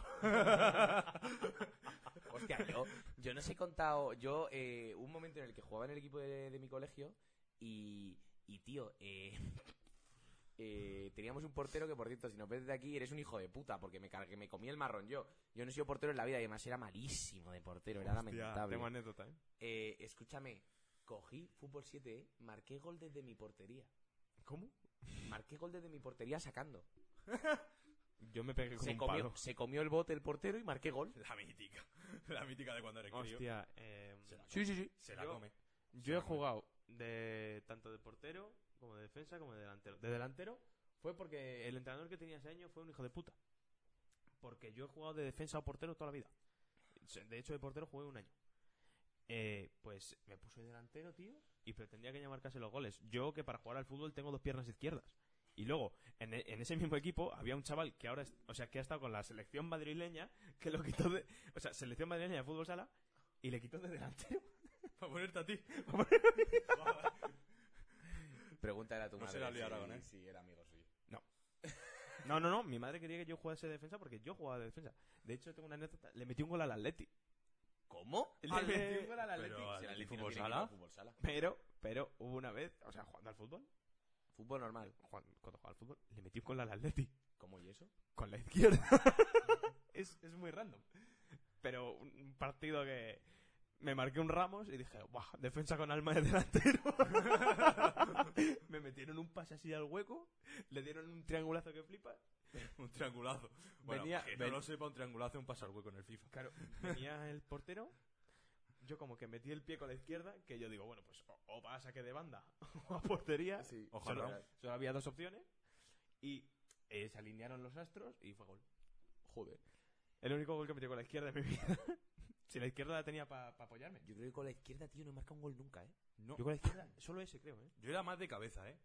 Hostia, yo, yo no os he contado. Yo, eh, un momento en el que jugaba en el equipo de, de mi colegio y, y tío, eh, eh, teníamos un portero que, por cierto, si nos ves de aquí, eres un hijo de puta porque me cargué, me comí el marrón yo. Yo no he sido portero en la vida y además era malísimo de portero, era lamentable.
Tengo anécdota, ¿eh?
Eh, escúchame, cogí fútbol 7, ¿eh? marqué gol desde mi portería.
¿Cómo?
Marqué gol desde mi portería sacando.
Yo me pegué con
Se
un
comió,
palo.
se comió el bote el portero y marqué gol.
La mítica. La mítica de cuando eres crío.
Hostia, eh,
em,
Se la
sí,
come.
sí.
Se la
Yo-
come.
Yo he jugado de tanto de portero, como de defensa, como de delantero. De delantero fue porque el entrenador que tenía ese año fue un hijo de puta. Porque yo he jugado de defensa o portero toda la vida. Se- De hecho, de portero jugué un año. Eh, pues me puse delantero, tío, y pretendía que ya marcase los goles. Yo, que para jugar al fútbol tengo dos piernas izquierdas. Y luego, en, e- en ese mismo equipo había un chaval que ahora, es- o sea, que ha estado con la selección madrileña, que lo quitó de. O sea, selección madrileña de fútbol sala, y le quitó de delantero. Para ponerte a ti.
Pregúntale a tu
No
madre.
se la lió
si-
Aragón, ¿eh?
si era amigo suyo.
No, no, no. Mi madre quería que yo jugase de defensa porque yo jugaba de defensa. De hecho, tengo una anécdota. Le metí un gol al Atleti.
¿Cómo? Ah,
Le
Al-
metí un gol
Pero
al Atleti.
al
Si el Atleti no
fútbol
tiene
sala.
equipo de fútbol sala.
Pero, pero hubo una vez, o sea, jugando al fútbol,
Fútbol normal.
Juan- cuando jugaba al fútbol, le metí un gol al Atleti.
¿Cómo y eso?
Con la izquierda. es, es muy random. Pero un un partido que me marqué un Ramos y dije, ¡buah! Defensa con alma de delantero. me metieron un pase así al hueco, le dieron un triangulazo que flipa.
Un triangulazo. Bueno,
Venía-
que
ven-
no lo sepa, un triangulazo es un pasar hueco en el FIFA.
Claro, venía el portero. Yo como que metí el pie con la izquierda, que yo digo, bueno, pues o, o va a saque de banda o a portería.
Ojalá.
Solo, solo había dos opciones. Y eh, se alinearon los astros y fue gol. Joder. El único gol que metí con la izquierda en mi vida. si la izquierda la tenía para apoyarme.
Yo creo que con la izquierda, tío, no marca un gol nunca, ¿eh?
No,
Yo con la izquierda, solo ese creo, ¿eh?
yo era más de cabeza, ¿eh?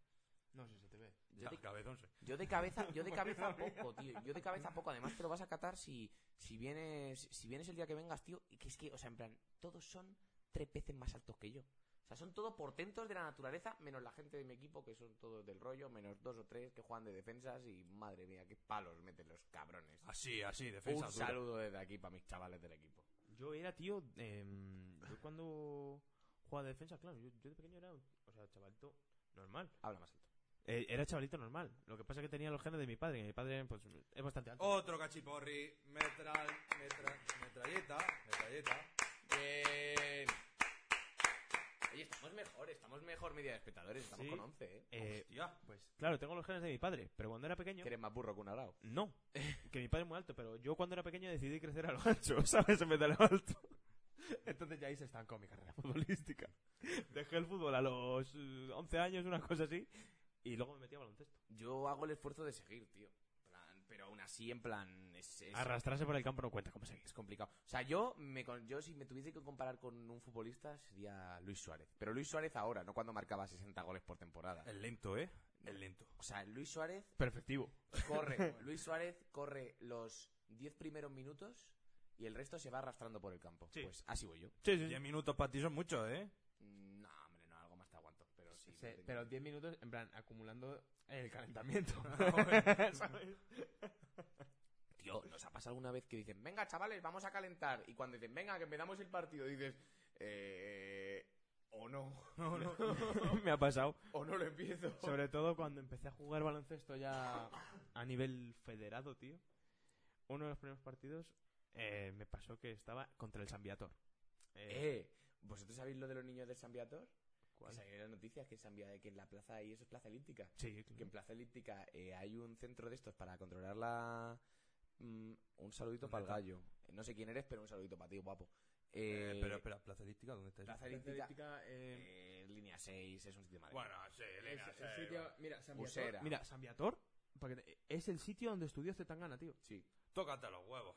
No sé si te ve.
Yo te-
Ya, cabezón soy.
Yo de cabeza, yo de cabeza poco, tío. Yo de cabeza poco. Además te lo vas a catar si, si vienes, si vienes el día que vengas, tío. Y que es que, o sea, en plan, todos son tres veces más altos que yo. O sea, son todos portentos de la naturaleza, menos la gente de mi equipo, que son todos del rollo, menos dos o tres que juegan de defensas y madre mía, qué palos meten los cabrones.
Así, así, defensa
Un
dura.
saludo desde aquí para mis chavales del equipo.
Yo era, tío, em, yo cuando jugaba de defensa, claro, yo, yo de pequeño era, un- o sea, chavalito normal.
Habla más alto.
Eh, era chavalito normal. Lo que pasa es que tenía los genes de mi padre. que Mi padre pues, es bastante alto.
Otro cachiporri. Metral, metra, metralleta, metralleta.
Bien. Oye, estamos mejor, estamos mejor media de espectadores, estamos
Sí.
con 11, ¿eh?
Eh,
Hostia.
pues claro, tengo los genes de mi padre. Pero cuando era pequeño.
Que eres más burro que un arao.
No, que mi padre es muy alto. Pero yo cuando era pequeño decidí crecer a lo ancho, ¿sabes? En vez de a lo alto. Entonces ya ahí se estancó mi carrera futbolística. Dejé el fútbol a los eh, 11 años, una cosa así. Y luego me metí a baloncesto.
Yo hago el esfuerzo de seguir, tío. En plan, pero aún así, en plan, es, es-
Arrastrarse por el campo no cuenta como seguís.
es complicado. O sea, yo, me, con- yo si me tuviese que comparar con un futbolista sería Luis Suárez. Pero Luis Suárez ahora, no cuando marcaba 60 goles por temporada.
El lento, ¿eh? El lento.
O sea, Luis Suárez
Perfectivo.
corre, Luis Suárez corre los 10 primeros minutos y el resto se va arrastrando por el campo.
Sí.
Pues así voy yo.
Sí, sí.
10 minutos para ti son muchos, ¿eh?
Mm, No, hombre, no, algo más te aguanto. Pero sí.
Sí,
no tengo-
pero 10 minutos, en plan, acumulando el calentamiento. ¿Sabes?
Tío, ¿nos ha pasado alguna vez que dicen, venga, chavales, vamos a calentar? Y cuando dicen, venga, que empezamos el partido, dices, eh. O no,
No, no.
Me ha pasado.
o no lo empiezo.
Sobre todo cuando empecé a jugar baloncesto ya a nivel federado, tío. Uno de los primeros partidos eh, me pasó que estaba contra el San Viator. Eh,
Eh, ¿vosotros sabéis lo de los niños del San Viator? Que salieron las noticias que, en San Via- que en la plaza ahí, eso es plaza elíptica.
Sí, claro.
Que en plaza elíptica eh, hay un centro de estos para controlar la. mm, un saludito para el gallo. Eh, No sé quién eres, pero un saludito para ti, guapo. Eh,
Eh, pero espera, Plaza Elíptica, ¿dónde está eso?
plaza elíptica. eh, línea 6 es un sitio de Madrid.
sí, Elena, sí, bueno.
mira, San
Viator- Usera.
Mira, San Viator para que te- es el sitio donde estudió Zetangana, tío.
Tócate los huevos.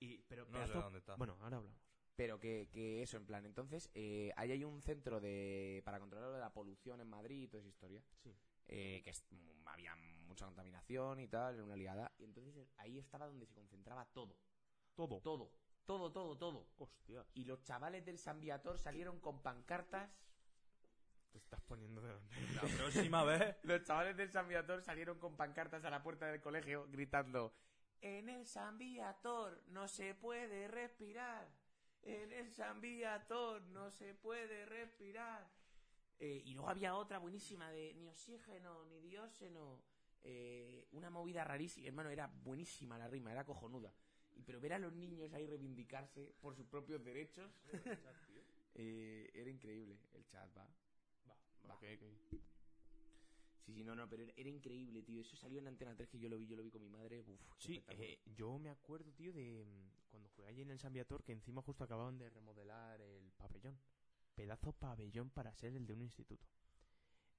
Y, pero
No sé
pedazo-
dónde está.
Bueno, ahora hablamos.
Pero que, que eso, en plan, entonces, eh, ahí hay un centro de para controlar lo de la polución en Madrid y toda esa historia.
Sí.
Eh, que es- mm, había mucha contaminación y tal, era una liada. Y entonces eh, ahí estaba donde se concentraba todo.
Todo.
Todo. Todo, todo, todo.
Hostia.
Y los chavales del San Viator salieron con pancartas.
Te estás poniendo de los
La próxima vez.
Los chavales del San Viator salieron con pancartas a la puerta del colegio gritando: En el San Viator no se puede respirar. En el San Viator no se puede respirar. Eh, y luego había otra buenísima de ni oxígeno, ni dióseno. Eh, una movida rarísima. Hermano, era buenísima la rima, era cojonuda. Y, pero ver a los niños ahí reivindicarse por sus propios derechos eh, era increíble. El chat va. Va. Sí, sí, no, no, pero era, era increíble, tío. Eso salió en Antena 3 que yo lo vi, yo lo vi con mi madre. Uf, qué
Sí,
espectáculo.
eh, yo me acuerdo, tío, de mm, cuando jugué allí en el San Viator, que encima justo acababan de remodelar el pabellón. Pedazo pabellón para ser el de un instituto.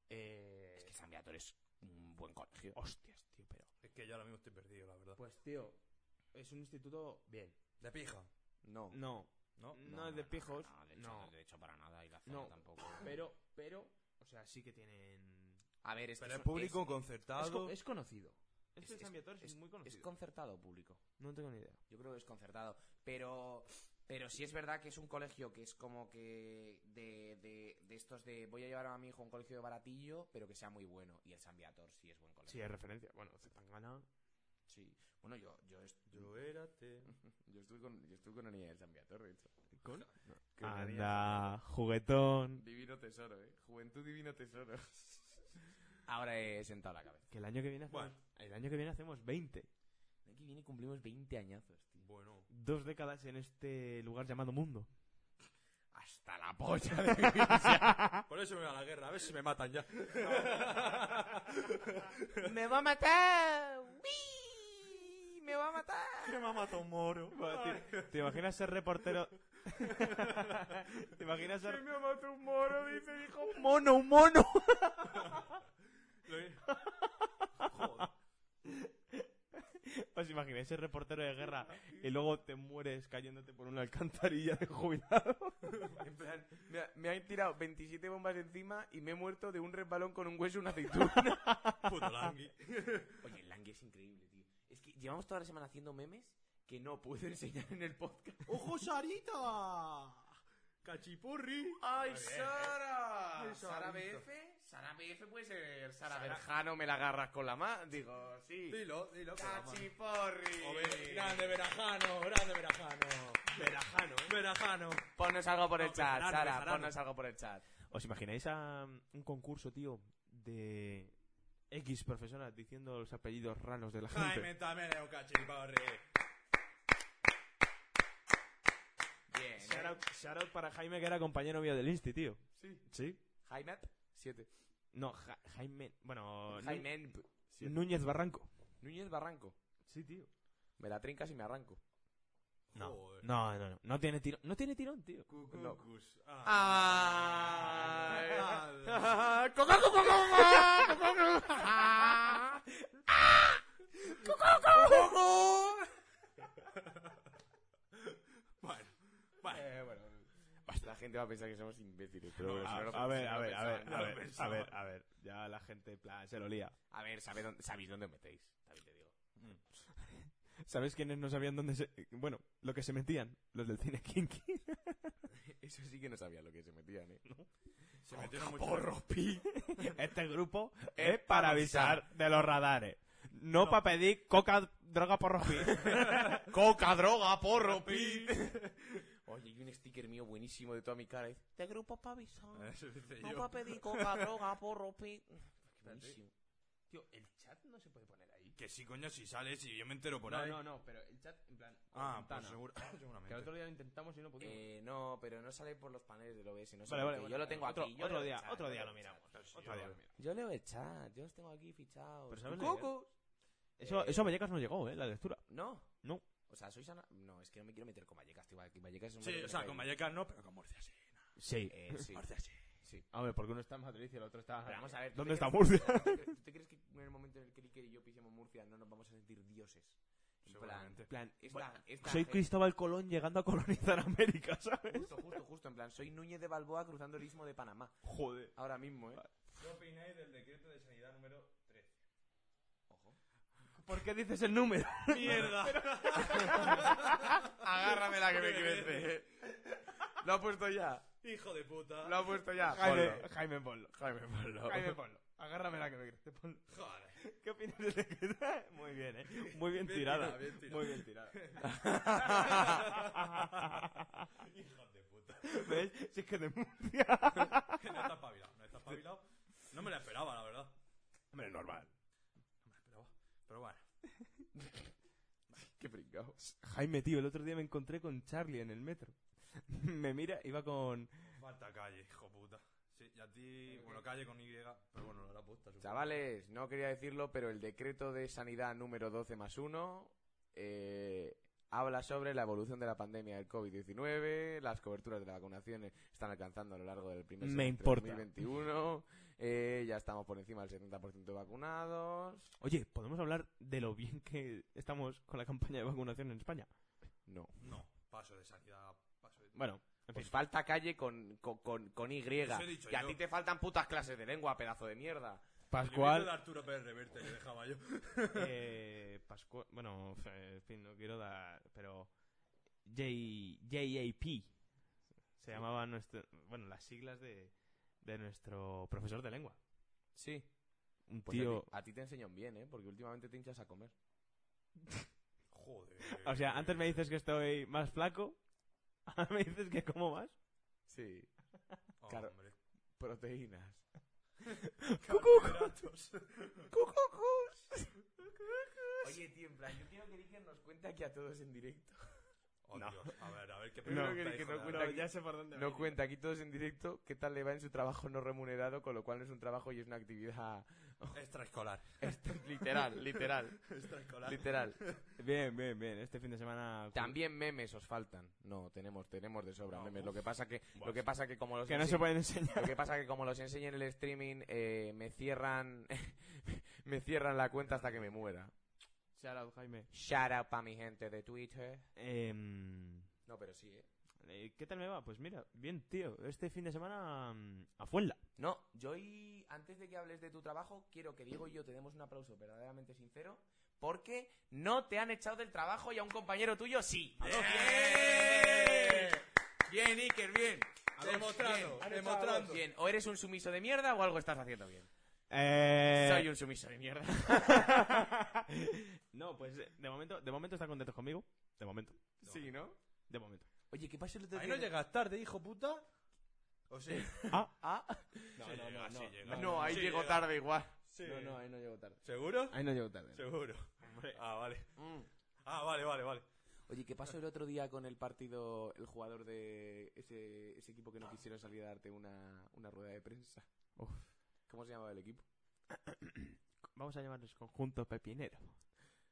Eh,
Es que San Beato es un buen colegio.
Hostias, tío, pero...
Es que yo ahora mismo estoy perdido, la verdad.
Pues, tío, es un instituto bien.
De pija.
No.
No,
¿No?
no, es de pijos.
No, de hecho,
No,
de hecho, para nada. Y la zona
No.
tampoco.
pero, pero... O sea, sí que tienen...
A ver, es que
Pero es
son-
público,
Es,
concertado.
co- es conocido. Este
Es-
San Viator es,
es-
muy
Es,
conocido.
es concertado público.
No tengo ni idea.
Yo creo que es concertado. Pero. Pero sí es verdad que es un colegio que es como que de, de, de estos de voy a llevar a mi hijo a un colegio baratillo, pero que sea muy bueno. Y el San Viator sí es buen colegio.
Sí, es referencia. Bueno, Zetangana...
Sí. Bueno, yo, yo, est-
Yo era te.
yo estuve con, yo estuve con una niña del San Viator, de hecho.
¿Con?
Que una niña
Anda, juguetón.
Divino tesoro, eh. Juventud divino tesoro. Ahora he sentado la cabeza.
Que el año que viene hacemos,
Bueno.
el año que viene hacemos 20.
Aquí viene y cumplimos 20 añazos, tío.
Bueno.
Dos décadas en este lugar llamado mundo.
Hasta la polla de
Por eso me voy a la guerra, a ver si me matan ya.
¡Me va a matar! ¡Uy! ¡Me va a matar!
me ha matado moro. ¿Te, te imaginas ser reportero? ¿Te imaginas ser...?
me matado un moro! Dice, hijo.
¡Un mono, un mono!
Joder.
¿Os imagináis ser reportero de guerra y luego te mueres cayéndote por una alcantarilla de jubilado?
En plan, me, ha- me han tirado 27 bombas encima y me he muerto de un resbalón con un hueso y una aceituna.
Puto langui.
Oye, el Langui es increíble, tío. Es que llevamos toda la semana haciendo memes que no puedo enseñar en el podcast.
¡Ojo, Sarita! ¡Cachipurri!
¡Ay,
Muy bien,
Sara!
Ay,
¿Sara
Sarito.
BF? Sara BF puede ser Sara, Berjano, me la agarras con la mano. Digo, sí.
Dilo, dilo. con la mano.
¡Cachiporri!
Joder, Grande Verajano, grande Verajano. Verajano, ¿eh? Verajano.
Ponnos algo por el
No,
chat,
Bejarano,
Sara,
Bejarano.
ponnos algo por el chat.
¿Os imagináis a um, un concurso, tío, de X profesoras diciendo los apellidos raros de la gente?
Jaime también es un cachipurri.
Bien. ¿eh?
Shoutout, shoutout para Jaime, que era compañero mío del Insti, tío. Sí. Sí.
Jaime 7.
No, Ja- Jaime. Bueno,
Jaime p-
Nu-
siete.
Núñez Barranco.
Núñez Barranco.
Sí, tío.
Me la trincas y me arranco.
No.
Joder.
No, no, no. No tiene tirón. No tiene tirón, tío.
Cucucus. Ah,
¡Ah! Eh, gente va a pensar que somos imbéciles, pero bueno, si no lo
a, a ver,
pensáis,
a
no lo
ver, a
pensáis.
ver, a ver, a ver, a ver. Ya la gente, en plan, se lo lía.
A ver, sabe dónde- sabéis dónde os metéis, también te digo.
¿Sabes quiénes no sabían dónde se...? Bueno, lo que se metían. Los del cine kinky.
Eso sí que no sabía lo que se metían, ¿eh?
Se metieron mucho.
pi. Este grupo es para avisar de los radares. No,
No.
para pedir coca, droga, porro, pi.
¡Coca, droga, porro, pi! Oye, y un sticker mío buenísimo de toda mi cara. ¿eh? dice,
De grupo para avisar.
Eso dice
No
yo.
va a pedir coca, droga, porro, pi.
Buenísimo. Tío, el chat no se puede poner ahí.
Que sí, coño, si sale, si yo me entero por
No,
ahí.
no, no, pero el chat, en plan... con
Ah,
ventana.
pues seguro,
Que el
seguramente.
otro día lo intentamos y no pudimos.
Eh, no, pero no sale por los paneles del OBS. No sé
Vale,
por qué.
vale, vale,
yo lo
vale.
tengo
Otro-
aquí. yo
otro
leo el
día,
chat,
otro
yo
día
leo
lo
el
miramos.
chat.
Otro día lo miramos.
Yo leo el chat, yo los tengo aquí fichados.
Pero ¿sabes
¿Tú,
lo que
Cocos?
Eso,
Eh,
eso a Vallecas no llegó, ¿eh? La lectura.
No.
No.
O sea, sois ana... No, es que no me quiero meter con Vallecas, tío. Aquí Vallecas es un
Sí,
barrio
o
que
sea,
me
con
cae-
Vallecas no, pero con Murcia sí.
Sí.
Eh, sí.
Murcia sí.
A ver, porque uno está en Madrid y el otro está...
Pero vamos a ver. ¿tú
¿Dónde
te
está
crees-
Murcia?
¿tú te cre- ¿Tú te crees que en el momento en el que Iker y yo pisemos Murcia no nos vamos a sentir dioses? En plan,
Seguramente.
plan, esta- esta
Soy
gente-
Cristóbal Colón llegando a colonizar América, ¿sabes?
Justo, justo, justo. En plan, soy Núñez de Balboa cruzando el istmo de Panamá.
Joder.
Ahora mismo, ¿eh?
¿Qué opináis del decreto de sanidad número 13?
¿Por qué dices el número?
¡Mierda!
Agárrame la que me quiere. Lo ha puesto ya.
¡Hijo de puta!
Lo ha puesto ya.
Jaime, Jaime Polo.
Jaime, ponlo.
Jaime Polo. Agárrame la que me crees. Polo.
Joder.
¿Qué opinas de la que- Muy bien, ¿eh? Muy bien
Bien
tirada.
tirada, bien tirada.
Muy bien tirada.
¡Hijo de puta!
¿Ves? Si es que de Murcia.
No está espabilado, no está espabilado. No me la esperaba, la verdad.
Hombre, normal.
No me la esperaba. Pero bueno.
Qué pringados.
Jaime, tío, el otro día me encontré con Charlie en el metro. me mira, iba con...
Falta calle, hijo puta. Sí, y a ti, bueno, calle con Y, pero bueno, lo habrá puesto. supongo.
Chavales, no quería decirlo, pero el decreto de sanidad número 12 más 1 habla sobre la evolución de la pandemia del COVID-19, las coberturas de la vacunación están alcanzando a lo largo del primer
Me
semestre de
importa.
2021, eh, ya estamos por encima del 70% vacunados.
Oye, ¿podemos hablar de lo bien que estamos con la campaña de vacunación en España?
No.
No, paso de sanidad, paso de...
Bueno, en fin.
Pues falta calle con, con, con, con Y.
he dicho
Que a
yo.
ti te faltan putas clases de lengua, pedazo de mierda.
El
Pues
librito de
Pascual...
Arturo Pérez Reverte le dejaba yo.
eh, Pascual... Bueno, f- en fin, no quiero dar... Pero... J- JAP. Se llamaba nuestro... Bueno, las siglas de, de nuestro profesor de lengua.
Sí.
Un
Pues
tío...
a, ti, a ti te enseñan bien, ¿eh? Porque últimamente te hinchas a comer.
Joder.
O sea, antes me dices que estoy más flaco, ahora me dices que como más.
Sí.
claro.
claro.
Oh, hombre.
Proteínas.
Carbohidratos.
Oye, tío, en plan, yo quiero que Iker nos cuente aquí a todos en directo.
Oh,
No.
Dios. A ver, a ver, qué
No,
pregunta,
que- que
hijo
no
de
cuenta
la-
aquí.
sé por dónde
Nos cuenta aquí todos en directo qué tal le va en su trabajo no remunerado, con lo cual no es un trabajo y es una actividad este,
Extraescolar.
literal, literal,
Extraescolar.
literal.
Bien, bien, bien. Este fin de semana...
También memes os faltan. No, tenemos, tenemos de sobra
No,
memes.
uf.
Lo que pasa que, lo que pasa que como los
Que no se
enseñ-
pueden enseñar.
Lo que pasa que como los enseño en el streaming, eh, me cierran me cierran la cuenta hasta que me muera.
Shout out, Jaime.
Shout out pa' mi gente de Twitter.
Em,
No, pero sí, ¿eh?
eh, ¿Qué tal me va? Pues mira, bien, tío. Este fin de semana mm, a Fuenla.
No, yo y antes de que hables de tu trabajo, quiero que Diego y yo te demos un aplauso verdaderamente sincero porque no te han echado del trabajo y a un compañero tuyo sí.
¡Bien!
Bien, Iker, bien.
Ah, Demostrando,
Bien.
demostrando.
Bien, o eres un sumiso de mierda o algo estás haciendo bien.
Eh...
Soy un sumiso de mierda.
no, pues eh, de momento, de momento están contentos conmigo. De momento.
Sí, ¿no?
De momento.
Oye, ¿qué pasó el otro
Ahí
día
no
en-
llegas tarde, hijo puta. O sí.
Ah.
No, no, no, no,
No, eh, ahí
Sí,
llego
llega.
tarde igual.
Sí.
ahí no llego tarde.
¿Seguro?
Ahí no llego tarde.
Seguro.
Hombre.
Ah, vale.
Mm.
Ah, vale, vale, vale.
Oye, ¿qué pasó el otro día con el partido, el jugador de ese, ese equipo que no quisieron salir a darte una, una rueda de prensa?
Uf.
¿Cómo se llamaba el equipo?
Vamos a llamarles conjunto pepinero.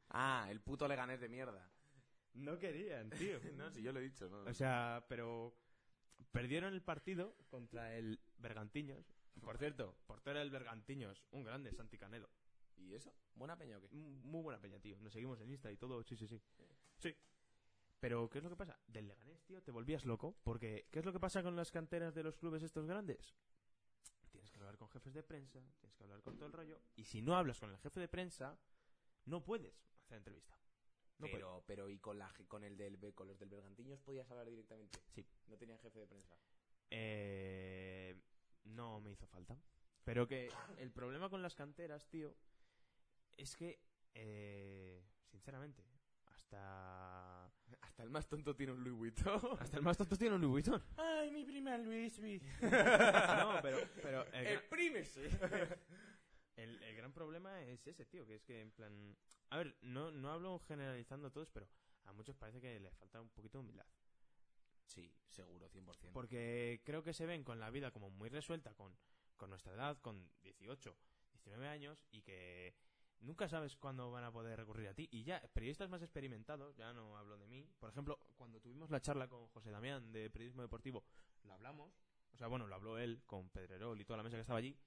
Ah, el puto Leganés de mierda.
No querían, tío.
No, si Ah, yo lo he dicho, ¿no?
O sea, pero perdieron el partido contra el Bergantiños. Por cierto, portero del Bergantiños, un grande, Santi Canelo.
¿Y eso? ¿Buena peña o qué?
M- Muy buena peña, tío. Nos seguimos en Insta y todo, sí, sí, sí. Sí. Pero, ¿qué es lo que pasa? Del Leganés, tío, te volvías loco. Porque, ¿qué es lo que pasa con las canteras de los clubes estos grandes? Tienes que hablar con jefes de prensa, tienes que hablar con todo el rollo. Y si no hablas con el jefe de prensa, no puedes hacer entrevista. No puedes.
pero, pero y con la ge- con el del Be- con los del Bergantiños podías hablar directamente.
Sí.
No tenían jefe de prensa.
Eh, no me hizo falta. Pero que el problema con las canteras, tío, es que, eh, sinceramente, hasta...
Hasta el más tonto tiene un Louis Vuitton.
Hasta el más tonto tiene un Louis Vuitton.
Ay, mi prima Luis, mi.
No, pero, pero el,
Eh,
gran,
¡Exprímese!
el- el gran problema es ese, tío, que es que en plan... A ver, no, no hablo generalizando a todos, pero a muchos parece que les falta un poquito de humildad.
Sí, seguro, 100%.
Porque creo que se ven con la vida como muy resuelta con, con nuestra edad, con 18, 19 años, y que nunca sabes cuándo van a poder recurrir a ti. Y ya, periodistas más experimentados, ya no hablo de mí, por ejemplo, cuando tuvimos la charla con José Damián de Periodismo Deportivo, lo hablamos, o sea, bueno, lo habló él con Pedrerol y toda la mesa que estaba allí,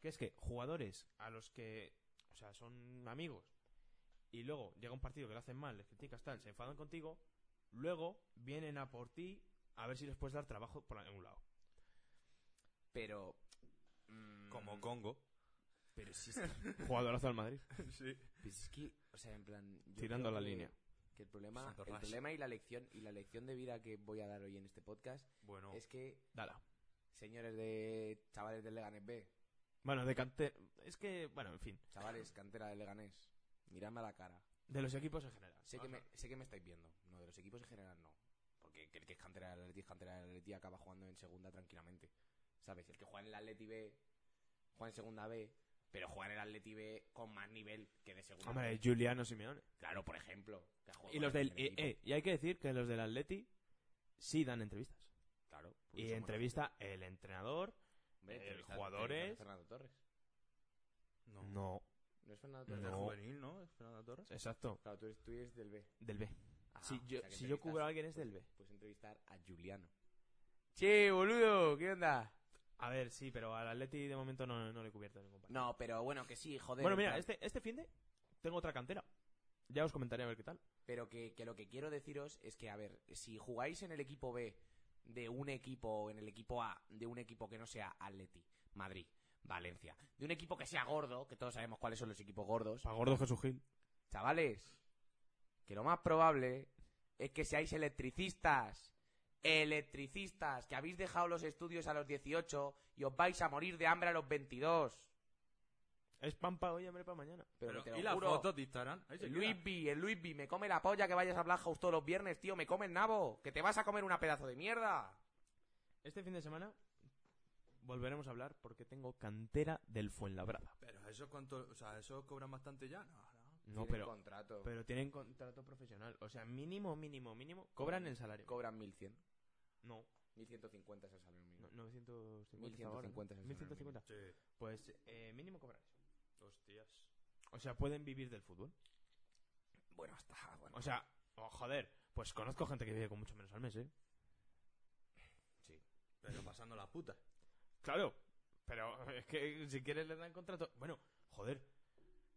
que es que jugadores a los que, o sea, son amigos, y luego llega un partido que lo hacen mal, les criticas tal, se enfadan contigo, luego vienen a por ti a ver si les puedes dar trabajo por algún lado.
Pero. mm,
Como Congo.
Pero si es, que,
Jugadorazo al Madrid.
Sí.
pues es que, O sea, en plan. yo
Tirando
creo
la
que-
línea.
Que el problema,
Santo
el
Rash.
problema y la lección y la lección de vida que voy a dar hoy en este podcast
Bueno.
es que
Dala.
señores de chavales del Leganés B,
Bueno, de cante- Es que, bueno, en fin.
chavales cantera del Leganés, miradme a la cara.
De los equipos en general.
Sé que, me, sé que me estáis viendo. No, de los equipos en general no. Porque el que es cantera del Atleti es cantera del Atleti acaba jugando en segunda tranquilamente. ¿Sabes? El que juega en el Atleti B, juega en segunda B, pero juega en el Atleti B con más nivel que de segunda.
Hombre,
B.
Juliano Simeone.
Claro, por ejemplo. que ha jugado
Y
con el
los del...
primer
eh,
equipo.
eh, y hay que decir que los del Atleti sí dan entrevistas.
Claro. porque
Y
somos
entrevista el entrenador.
Hombre,
eh,
entrevista-
jugadores.
entrevista a Fernando Torres.
No.
No.
¿No es Fernando
Es
Torres?
del
No.
juvenil, ¿no? ¿Es Fernando Torres.
Exacto.
Claro, tú eres, tú eres del B.
Del B.
Ah,
si
o
yo,
sea que
si yo cubro
entrevistas-
a alguien es del B.
Puedes entrevistar a Juliano. Che, boludo, ¿qué onda?
A ver, sí, pero al Atleti de momento no, no le he cubierto ningún partido.
No, pero bueno, que sí, joder.
Bueno,
en
mira,
plan-
este, este fin de tengo otra cantera. Ya os comentaré a ver qué tal.
Pero que, que lo que quiero deciros es que, a ver, si jugáis en el equipo B de un equipo o en el equipo A de un equipo que no sea Atleti, Madrid, Valencia, de un equipo que sea gordo, que todos sabemos cuáles son los equipos gordos,
Para gordo Jesús Gil.
chavales, que lo más probable es que seáis electricistas. Electricistas, que habéis dejado los estudios a los 18 y os vais a morir de hambre a los 22.
Es pan para hoy, hambre para mañana.
Pero, que te lo
y las
juro,
fotos de Instagram. Ahí se
El
queda.
Luis B, el Luis B, me come la polla que vayas a Blackhouse todos los viernes, tío. Me come el nabo. Que te vas a comer una pedazo de mierda.
Este fin de semana volveremos a hablar porque tengo cantera del Fuenlabrada.
Pero eso cuánto. O sea, eso cobran bastante ya. No, no.
No,
Tienen
pero,
contrato.
pero tienen contrato profesional. O sea, mínimo, mínimo, mínimo. Cobran el salario.
Cobran 1100.
No,
1150 es el salario mínimo.
no- 950.
1150 es el salario
1150.
Sí.
Pues eh, mínimo cobran eso.
Hostias.
O sea, pueden vivir del fútbol.
Bueno, hasta. Bueno,
O sea, oh, joder, pues conozco gente que vive con mucho menos al mes, ¿eh?
Pero pasando la puta.
Claro, pero es que si quieres le dan contrato. Bueno, joder.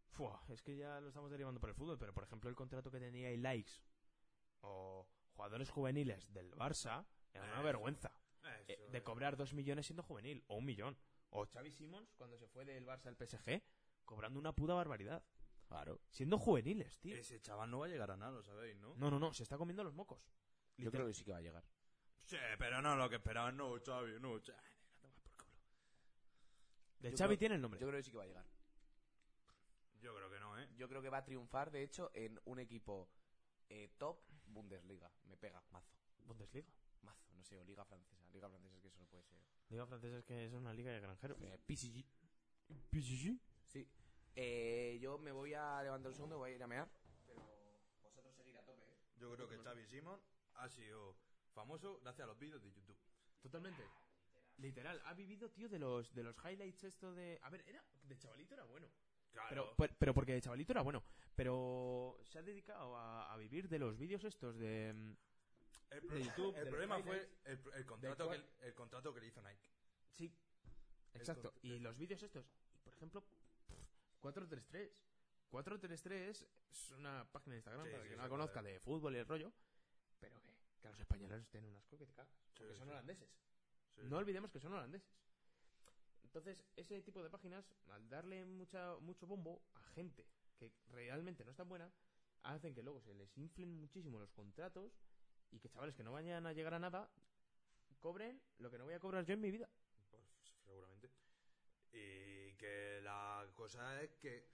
Fua, es que ya lo estamos derivando por el fútbol, pero por ejemplo el contrato que tenía el Likes o jugadores juveniles del Barça era una
Ah,
Eh,
vergüenza. Eh,
Eso
de
es.
cobrar dos millones siendo juvenil, o un millón. O Xavi Simons cuando se fue del Barça al PSG, cobrando una puta barbaridad. Claro. Siendo juveniles, tío.
Ese chaval no va a llegar a nada, lo sabéis, ¿no?
No, no, no, se está comiendo los mocos.
yo creo que sí que va a llegar.
Sí, pero no lo que esperaban, no, Xavi, no, Xavi. no tomas por culo.
De
Yo
Xavi
creo-
tiene el nombre.
Yo creo que sí que va a llegar.
Yo creo que no, ¿eh?
Yo creo que va a triunfar, de hecho, en un equipo eh, top Bundesliga. Me pega, mazo.
Bundesliga.
Mazo, no sé, o Liga Francesa. Liga Francesa es que eso no puede ser.
Liga francesa es que es una liga de granjeros.
Eh, PSG. Sí. Eh, yo me voy a levantar un segundo, voy a ir a mear. Pero vosotros seguir a tope, ¿eh?
Yo creo que Xavi Simon ha sido famoso gracias a los vídeos de YouTube.
Totalmente. Literal, ha vivido, tío, de los, de los highlights esto de... A ver, era de chavalito era bueno.
Claro.
Pero, per- pero porque de chavalito era bueno. Pero se ha dedicado a, a vivir de los vídeos estos de... mm,
el, pro-
de YouTube,
el
de
problema
los
fue el, pro- el contrato
cual-
que, el contrato que le hizo Nike.
Sí.
Exacto.
Exacto. Y los vídeos estos. Y, por ejemplo, pff, 433. 433 es una página de Instagram,
Sí,
para
sí,
quien
sí,
no la
joder.
conozca, de fútbol y el rollo. Pero que, que a los españoles tienen un asco que te cagas. Porque son holandeses. No olvidemos que son holandeses. Entonces, ese tipo de páginas, al darle mucha, mucho bombo a gente que realmente no es tan buena, hacen que luego se les inflen muchísimo los contratos y que chavales que no vayan a llegar a nada cobren lo que no voy a cobrar yo en mi vida.
Pues seguramente. Y que la cosa es que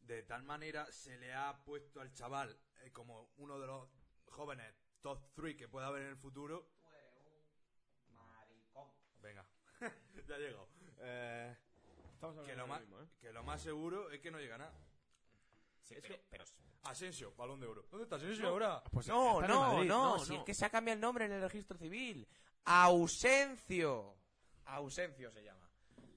de tal manera se le ha puesto al chaval eh, como uno de los jóvenes top 3 que pueda haber en el futuro. Venga, ya llegó. Eh, que, lo más, que lo más seguro es que no llega nada. Asensio, balón de oro. ¿Dónde está Asensio ahora?
No,
está en
no,
Madrid.
no,
No,
si
no.
es que se ha cambiado el nombre en el registro civil. Ausencio. Ausencio se llama.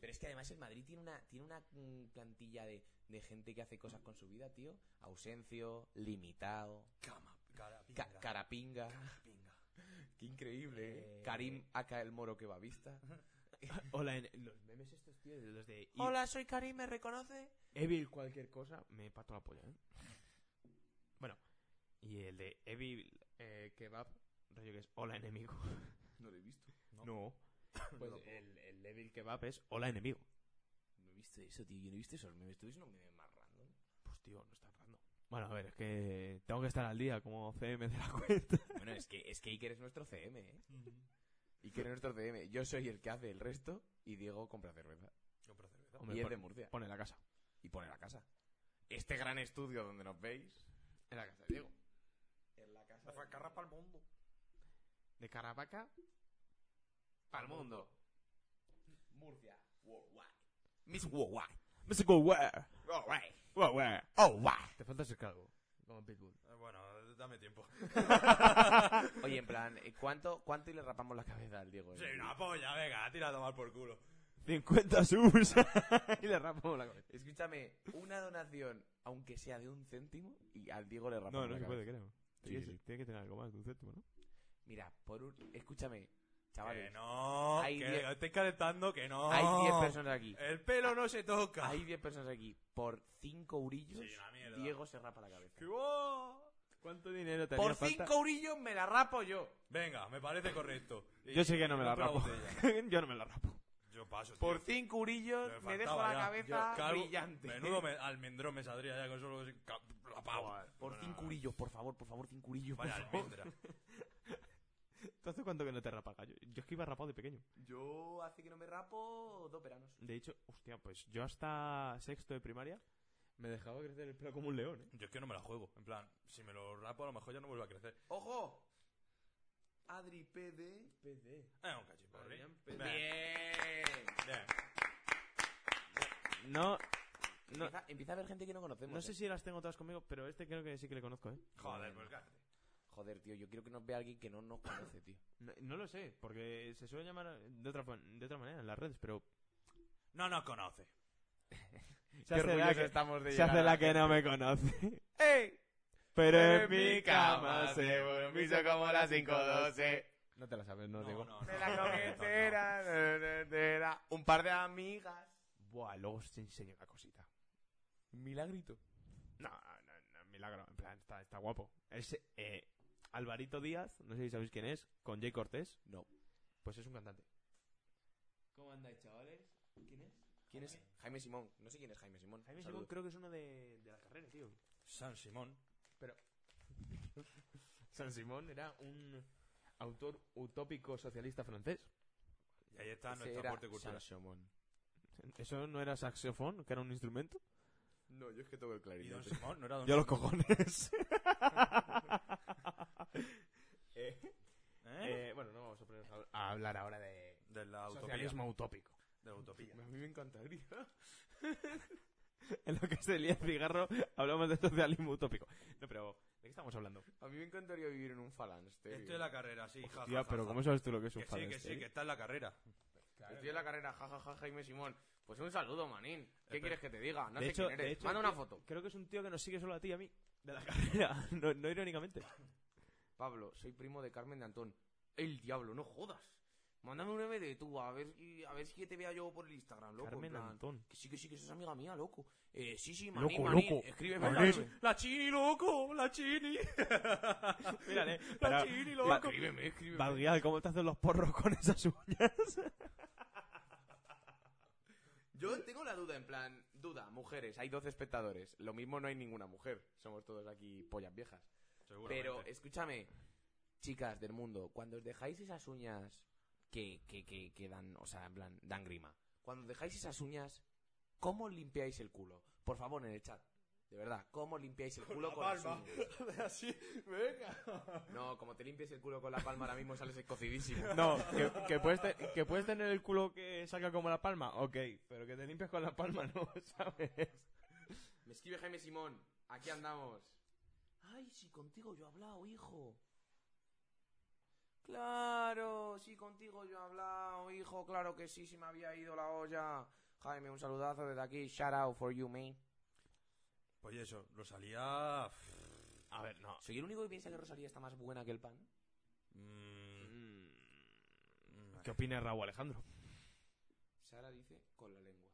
Pero es que además el Madrid tiene una, tiene una mm, plantilla de, de gente que hace cosas con su vida, tío. Ausencio, limitado,
Cama, cara,
ca-
pinga,
carapinga.
pinga.
Qué increíble, ¿eh? Karim Aka el Moro que va vista.
Hola, en- los memes estos, tío, de los de
Hola, soy Karim, ¿me reconoce?
Evil cualquier cosa, me pato la polla, ¿eh? Bueno, y el de Evil eh, Kebab, rollo que es hola enemigo.
No lo he visto.
No. Pues el, el Evil Kebab es hola enemigo.
No he visto eso, tío. Yo no he visto esos memes. ¿Tú viste unos memes más random?
Pues tío, no está rando. Bueno, a ver, es que tengo que estar al día como CM de la cuenta.
Bueno, es que, es que Iker es nuestro CM, ¿eh? Iker es nuestro CM. Yo soy el que hace el resto y Diego compra cerveza.
Compra cerveza.
Hombre,
y es
pon-
de Murcia.
pone la casa.
Y pone la casa. Este gran estudio donde nos veis.
En la casa de Diego.
La fancarra pa'l mundo.
De Caravaca al mundo.
Murcia. Worldwide. Miss Worldwide.
Let's go where.
Worldwide.
Where, where.
Oh, wow.
Te falta ser calvo. Como Pitbull.
Eh, Bueno, dame tiempo.
Oye, en plan, ¿eh, ¿cuánto, ¿cuánto y le rapamos la cabeza al Diego? eh?
Sí, una polla, venga, tira a tomar por culo.
50 subs. y le rapo la cabeza.
Escúchame, una donación, aunque sea de un céntimo, y al Diego le rapamos
No, no
la
se puede,
cabeza.
creo.
Ah, Sí,
Tiene
sí,
que-
sí.
Tiene que tener algo más de un céntimo, ¿no?
Mira, por un... Escúchame,
Que
chavales.
no,
Hay
que
diez-
estés calentando, que no.
Hay 10 personas aquí.
El pelo no se toca.
Hay 10 personas aquí. Por 5 urillos,
Sí, una mierda.
Diego se rapa la cabeza.
Que vos-
¿Cuánto dinero te
Por
haría falta?
5 urillos me la rapo yo.
Venga, me parece correcto. Y-
Yo sé que no me la
Compra
rapo.
botella.
Yo no me la rapo.
Yo paso, tío.
Por 5
Me
urillos me,
faltaba
dejo la
ya.
cabeza
Yo calvo-
brillante.
Menudo me- almendrón me saldría ya con solo... ca- La pavo.
Por
Bueno,
5 urillos, por favor, por favor, 5 urillos.
Vaya almendra.
¿Tú hace cuánto que no te rapas, gallo? Yo es que iba rapado de pequeño.
Yo hace que no me rapo dos veranos.
De hecho, hostia, pues yo hasta sexto de primaria me dejaba crecer el pelo como un león, ¿eh?
Yo es que no me la juego. En plan, si me lo rapo a lo mejor ya no vuelve a crecer.
¡Ojo! Adri PD. PD.
Eh, un cachiporri.
Adrián Pedro.
Bien,
Bien.
bien.
No, no,
Empieza, empieza a haber gente que no conocemos.
no
eh.
sé si las tengo todas conmigo, pero este creo que sí que le conozco, ¿eh?
Joder, pues cállate.
Joder, tío, yo quiero que nos vea alguien que no nos conoce, tío.
No, no lo sé, porque se suele llamar de otra, fa- de otra manera en las redes, pero...
No nos conoce.
Se hace la que,
estamos de
se hace la que
que
no me conoce.
¡Ey!
Pero en mi cama se durmió como las 5.12.
No te la sabes, no, digo.
no,
De
no,
la
no, no,
coquetera, de- de- de la- un par de amigas.
Buah, luego os enseño una cosita.
Milagrito.
No, no, no, milagro. En plan, está, está guapo. Es eh, Alvarito Díaz, no sé si sabéis quién es, con Jay Cortés.
No.
Pues es un cantante.
¿Cómo andáis, chavales? ¿Quién es?
¿Quién es? Jaime Simón. No sé quién es Jaime Simón.
Jaime
Saludos.
Simón creo que es uno de, de la carrera, tío.
San Simón.
San Simón era un autor utópico socialista francés.
Y ahí está
Ese
nuestro
era
aporte cultural.
San Simón.
¿Eso no era saxofón, que era un instrumento?
No, yo es que toco el
¿Y Don
clarinete.
Simón? ¿No era Don
Yo los
Simón?
cojones.
¿Eh?
Eh, bueno, no vamos a ponernos a- a hablar ahora de
De la utopía.
socialismo utópico.
De la utopía.
A mí me encantaría. en lo que se lía el cigarro, hablamos de socialismo utópico. No, pero, ¿de qué estamos hablando?
A mí me encantaría vivir en un falansterio.
Estoy en la carrera, sí. ja,
Tía,
ja,
pero
ja,
¿cómo
ja.
sabes tú lo que es un este?
Que sí,
este,
que
eh?
sí, que está en la carrera.
Estoy en la carrera, jajaja, Jaime Simón. Pues un saludo, manín. ¿Qué
Espera.
quieres que te diga? No
Eh, De
sé
hecho-
quién
de
eres.
hecho,
Manda
tío-
una foto.
Creo que es un tío que nos sigue solo a ti y a mí. De la carrera, no, no irónicamente.
Pablo, soy primo de Carmen de Antón. El diablo, no jodas. Mándame un MD tú, a ver, si- a ver si que te vea yo por el Instagram, loco. en
Carmen
plan,
Antón.
Que sí, que sí, que eso es amiga mía, loco. Eh, sí, sí,
Loco,
manín, manín.
loco.
Escríbeme. La,
Manín.
la chini, loco, la chini.
Mírale.
La
para-
chini,
va-
loco. Escríbeme, escríbeme.
Badrial, ¿cómo te hacen los porros con esas uñas?
Yo tengo la duda, en plan, duda, mujeres, hay 12 espectadores. Lo mismo no hay ninguna mujer. Somos todos aquí pollas viejas. Pero eh, escúchame, chicas del mundo, cuando os dejáis esas uñas que, que, que, que dan, o sea, en plan, dan grima, cuando os dejáis esas uñas, ¿cómo limpiáis el culo? Por favor, en el chat. De verdad, ¿cómo limpiáis el culo con las uñas?
Así, venga.
No, como te limpies el culo con la palma ahora mismo sales escocidísimo.
No, que, que puedes te- que puedes tener el culo que saca como la palma, ok, pero que te limpias con la palma, no, ¿sabes?
Me escribe Jaime Simón, aquí andamos. Ay, si contigo yo he hablado, hijo. Claro, si contigo yo he hablado, hijo, claro que sí, si me había ido la olla. Jaime, un saludazo desde aquí, shout out for you, man.
Pues eso, lo salía.
A ver, no.
¿Soy el único que piensa que Rosalía está más buena que el pan?
Mm, mm,
¿Qué opina Raúl Alejandro?
Sara dice, con la lengua.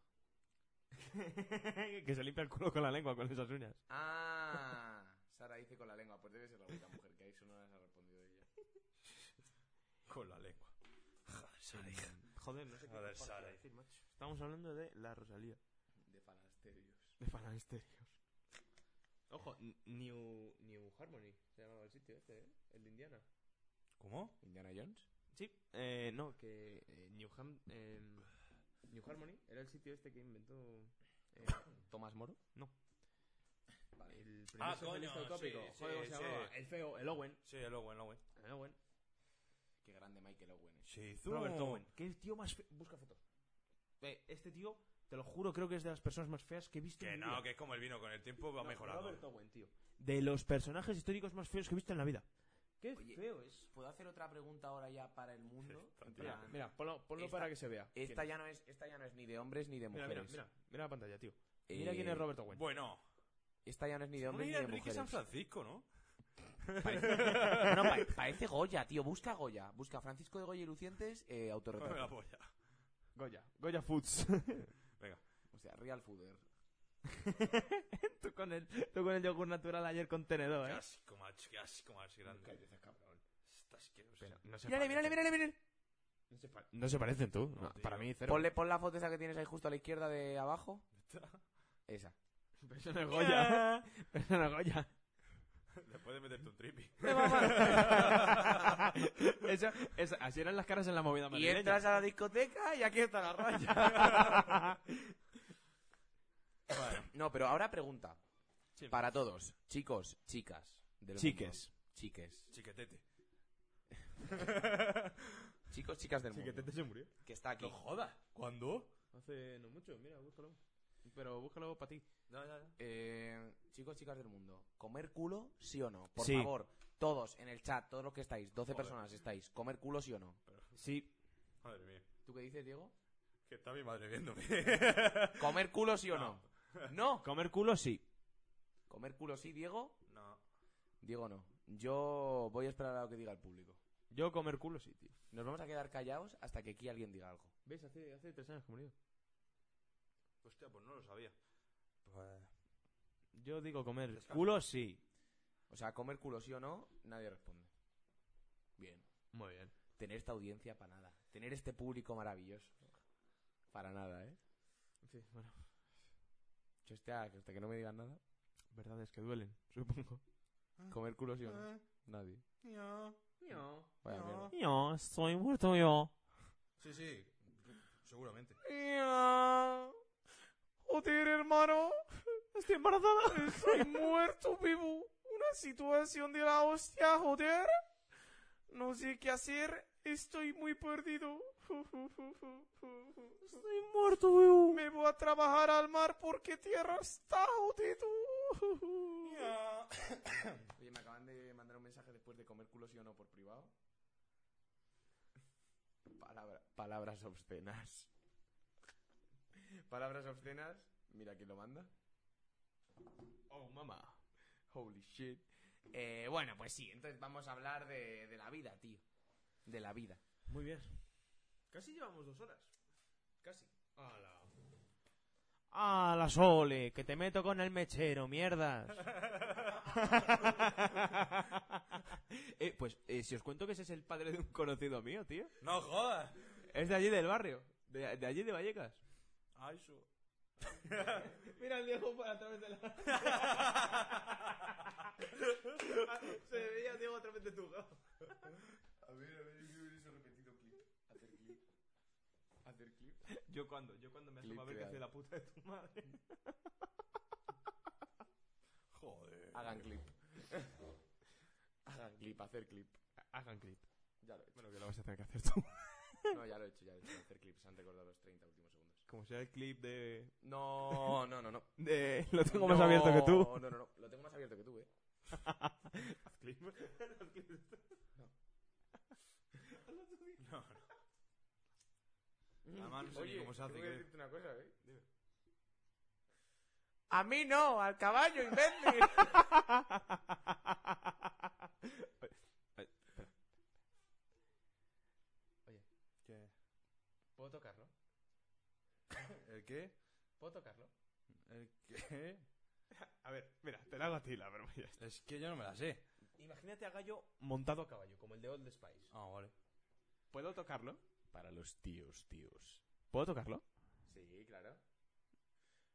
que se limpia el culo con la lengua, con esas uñas.
Ah, Sara dice con la lengua, pues debe ser la única mujer que hay, eso no las ha respondido ella.
Con la lengua. Joder, Sara, hija.
Joder, no sé
qué Joder, Sara. decir,
Estamos hablando de la Rosalía.
De fanasterios.
De Panasterios. Ojo, N- New, New Harmony se llamaba el sitio este, ¿eh? El de Indiana.
¿Cómo?
¿Indiana Jones?
Sí, eh, no, que eh, New, Ham- em, New Harmony era el sitio este que inventó eh,
¿Tomás Moro?
el primer
Ah,
socialista
coño,
utópico.
sí,
Joder, ¿cómo
sí,
se
sí.
llamaba? El feo, el Owen.
Sí, el Owen, el Owen.
El Owen.
Qué grande Michael Owen es.
Se hizo.
Robert Owen. ¿Qué tío más feo? Busca fotos. Ve, este tío, te lo juro, creo que es de las personas más feas que he visto
Que
en mi vida.
no, que es como el vino, con el tiempo va
No,
mejorando.
Robert Owen, tío. De los personajes históricos más feos que he visto en la vida. Qué
Oye,
feo es.
¿Puedo hacer otra pregunta ahora ya para el mundo? En
Mira,
plan,
mira, ponlo, ponlo
Esta-
para que se vea.
Esta
¿Quién
ya, no es, esta ya no es ni de hombres ni de
es? mira,
mujeres.
mira, mira, mira la pantalla, tío.
Eh,
Mira quién es Robert Owen.
Bueno,
Esta ya no es ni de
no
hombres ni
era
de
Enrique
mujeres.
San Francisco, ¿no?
Parece, no, pa- parece Goya, tío. Busca Goya. Busca Francisco de Goya y Lucientes, eh,
Come la
autorretrato.
polla.
Goya, Goya Foods.
O sea, Real Fooder.
tú, con el, tú con el yogur natural ayer con tenedor,
Qué
¿eh?
asco, macho, qué asco más grande. Está asqueroso.
no se
Mírale, mírale, mírale, mírale.
No se, parecen tú.
No, tío.
para mí, cero.
Ponle, pon la foto esa que tienes ahí justo a la izquierda de abajo. Esa.
Pero eso no es Goya. Pero eso no es Goya.
Después de meterte un tripi.
Eso- eso- así eran las caras en la movida
Y
madrileña.
entras a la discoteca y aquí está la raya. No, pero ahora pregunta.
Sí.
Para todos, chicos, chicas. del mundo.
Chiques.
Chiques.
Chiquetete.
Chicos, chicas del
Sí,
mundo.
Tete se murió.
Que está aquí.
No jodas. ¿Cuándo?
Hace no mucho, mira, búscalo. Pero búscalo para ti.
No, ya, ya.
Eh, chicos, chicas del mundo, ¿comer culo sí o no? Por
Sí.
favor, todos en el chat, todos los que estáis, 12
Joder.
personas estáis, ¿comer culo sí o no?
Sí.
Madre mía.
¿Tú qué dices, Diego?
Que está mi madre viéndome.
¿Comer culo sí o no? No.
Comer culo, sí.
¿Comer culo sí, Diego?
no.
Diego no. Yo voy a esperar a lo que diga el público.
Yo comer culo, sí, tío.
Nos vamos a quedar callados hasta que aquí alguien diga algo.
¿Ves? Hace, hace tres años que murió.
Hostia, pues no lo sabía. Pues,
Yo digo comer
Descansa.
culo, sí.
O sea, ¿comer culo sí o no? Nadie responde. Bien.
Muy bien.
Tener esta audiencia para nada. Tener este público maravilloso. Para nada, ¿eh?
En fin, bueno.
Yo hostia, que hasta que no me digan nada.
Verdad es que duelen, supongo.
¿Comer culo sí o no? Nadie. Vaya mierda.
Yo estoy muerto yo.
Sí, sí. Seguramente.
Joder, hermano. Estoy embarazada. Estoy muerto vivo. Una situación de la hostia, joder. No sé qué hacer. Estoy muy perdido. Estoy muerto vivo. Me voy a trabajar al mar porque tierra está jodido.
Oye, me acaban de mandar un mensaje después de comer culo sí o no por privado. Palabra- palabras obscenas. palabras obscenas. Mira quién lo manda.
Oh, mamá.
Holy shit. Eh, bueno, pues sí, entonces vamos a hablar de, de la vida, tío. De la vida.
Muy bien. Casi llevamos dos horas. Casi. ¡Hala! ¡Hala, Sole! Que te meto con el mechero, mierdas. Eh, pues eh, si os cuento que ese es el padre de un conocido mío, tío.
¡No jodas!
Es de allí del barrio. De, de allí de Vallecas.
¡Ay, su!
Mira el Diego para a través de la. Se veía Diego a través de tu
A ver, a ver, yo quiero ver eso repetido clip. Hacer clip. Hacer clip.
Yo cuando, yo cuando me asomo a ver qué
Clipeado.
hace la puta de tu madre.
Joder.
Hagan clip. Hagan clip, hacer clip.
Hagan clip.
Ya lo he hecho.
Bueno, que lo vas a tener que hacer tú.
No, ya lo he hecho, ya lo he hecho. Hacer clips, han recordado los 30 últimos segundos.
Como sea el clip de.
No, no, no, no.
de... Lo tengo
No,
más abierto que tú.
Oh, No, no, no. Lo tengo más abierto que tú, eh.
Haz clip. Haz clip.
No, no. Además, no sé ni
Oye,
cómo se hace.
tengo que
Que...
decirte una cosa, eh.
A mí no, al caballo, imbécil.
¿Qué?
¿Puedo tocarlo?
¿El qué?
¿Puedo tocarlo?
¿El qué?
A ver, mira, te la hago a ti la broma. ya está.
Es que yo no me la sé.
Imagínate a Gallo montado a caballo, como el de Old Spice.
Ah, vale.
¿Puedo tocarlo?
Para los tíos, tíos.
¿Puedo tocarlo?
Sí, claro.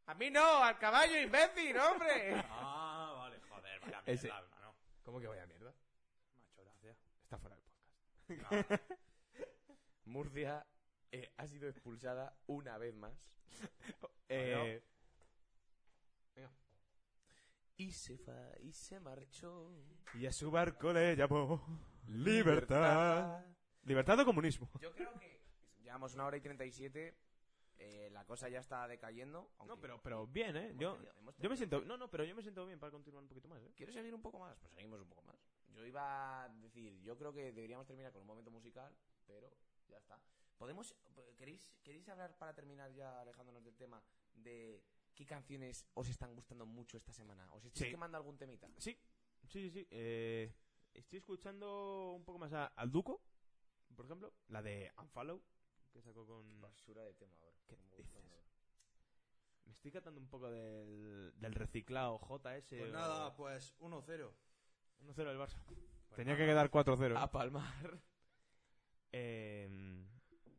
A mí no, al caballo, imbécil, hombre.
Ah, vale, joder, vaya mierda,
Ese.
hermano.
¿Cómo que vaya mierda?
Macho, gracias.
Está fuera del podcast. Murcia eh, ha sido expulsada una vez más.
Eh,
Y se va, y se marchó.
y a su barco le llamó Libertad. Libertad o comunismo.
Yo creo que llevamos una hora y 37. Eh, la cosa ya está decayendo.
No,
aunque
pero, pero bien, ¿eh?
hemos
Yo,
tenido- hemos
yo
tenido-
me siento... No, no, pero yo me siento bien para continuar un poquito más, ¿eh?
¿Quieres seguir un poco más? Pues seguimos un poco más. Yo iba a decir, yo creo que deberíamos terminar con un momento musical, pero ya está. ¿Podemos, queréis, queréis hablar para terminar ya alejándonos del tema de qué canciones os están gustando mucho esta semana? ¿Os estáis
Sí. Mm.
quemando algún temita?
Sí, sí, sí, sí. Eh, estoy escuchando un poco más a, al Duco, por ejemplo. La de Unfollow, que sacó con...
Basura de tema, bro.
¿Qué
No me
dices?
gusta nada.
Me estoy catando un poco del, del reciclado JS.
Pues
o-
nada, pues 1-0.
1-0 del Barça.
Pues
Tenía
nada.
que quedar 4-0.
A palmar.
Eh,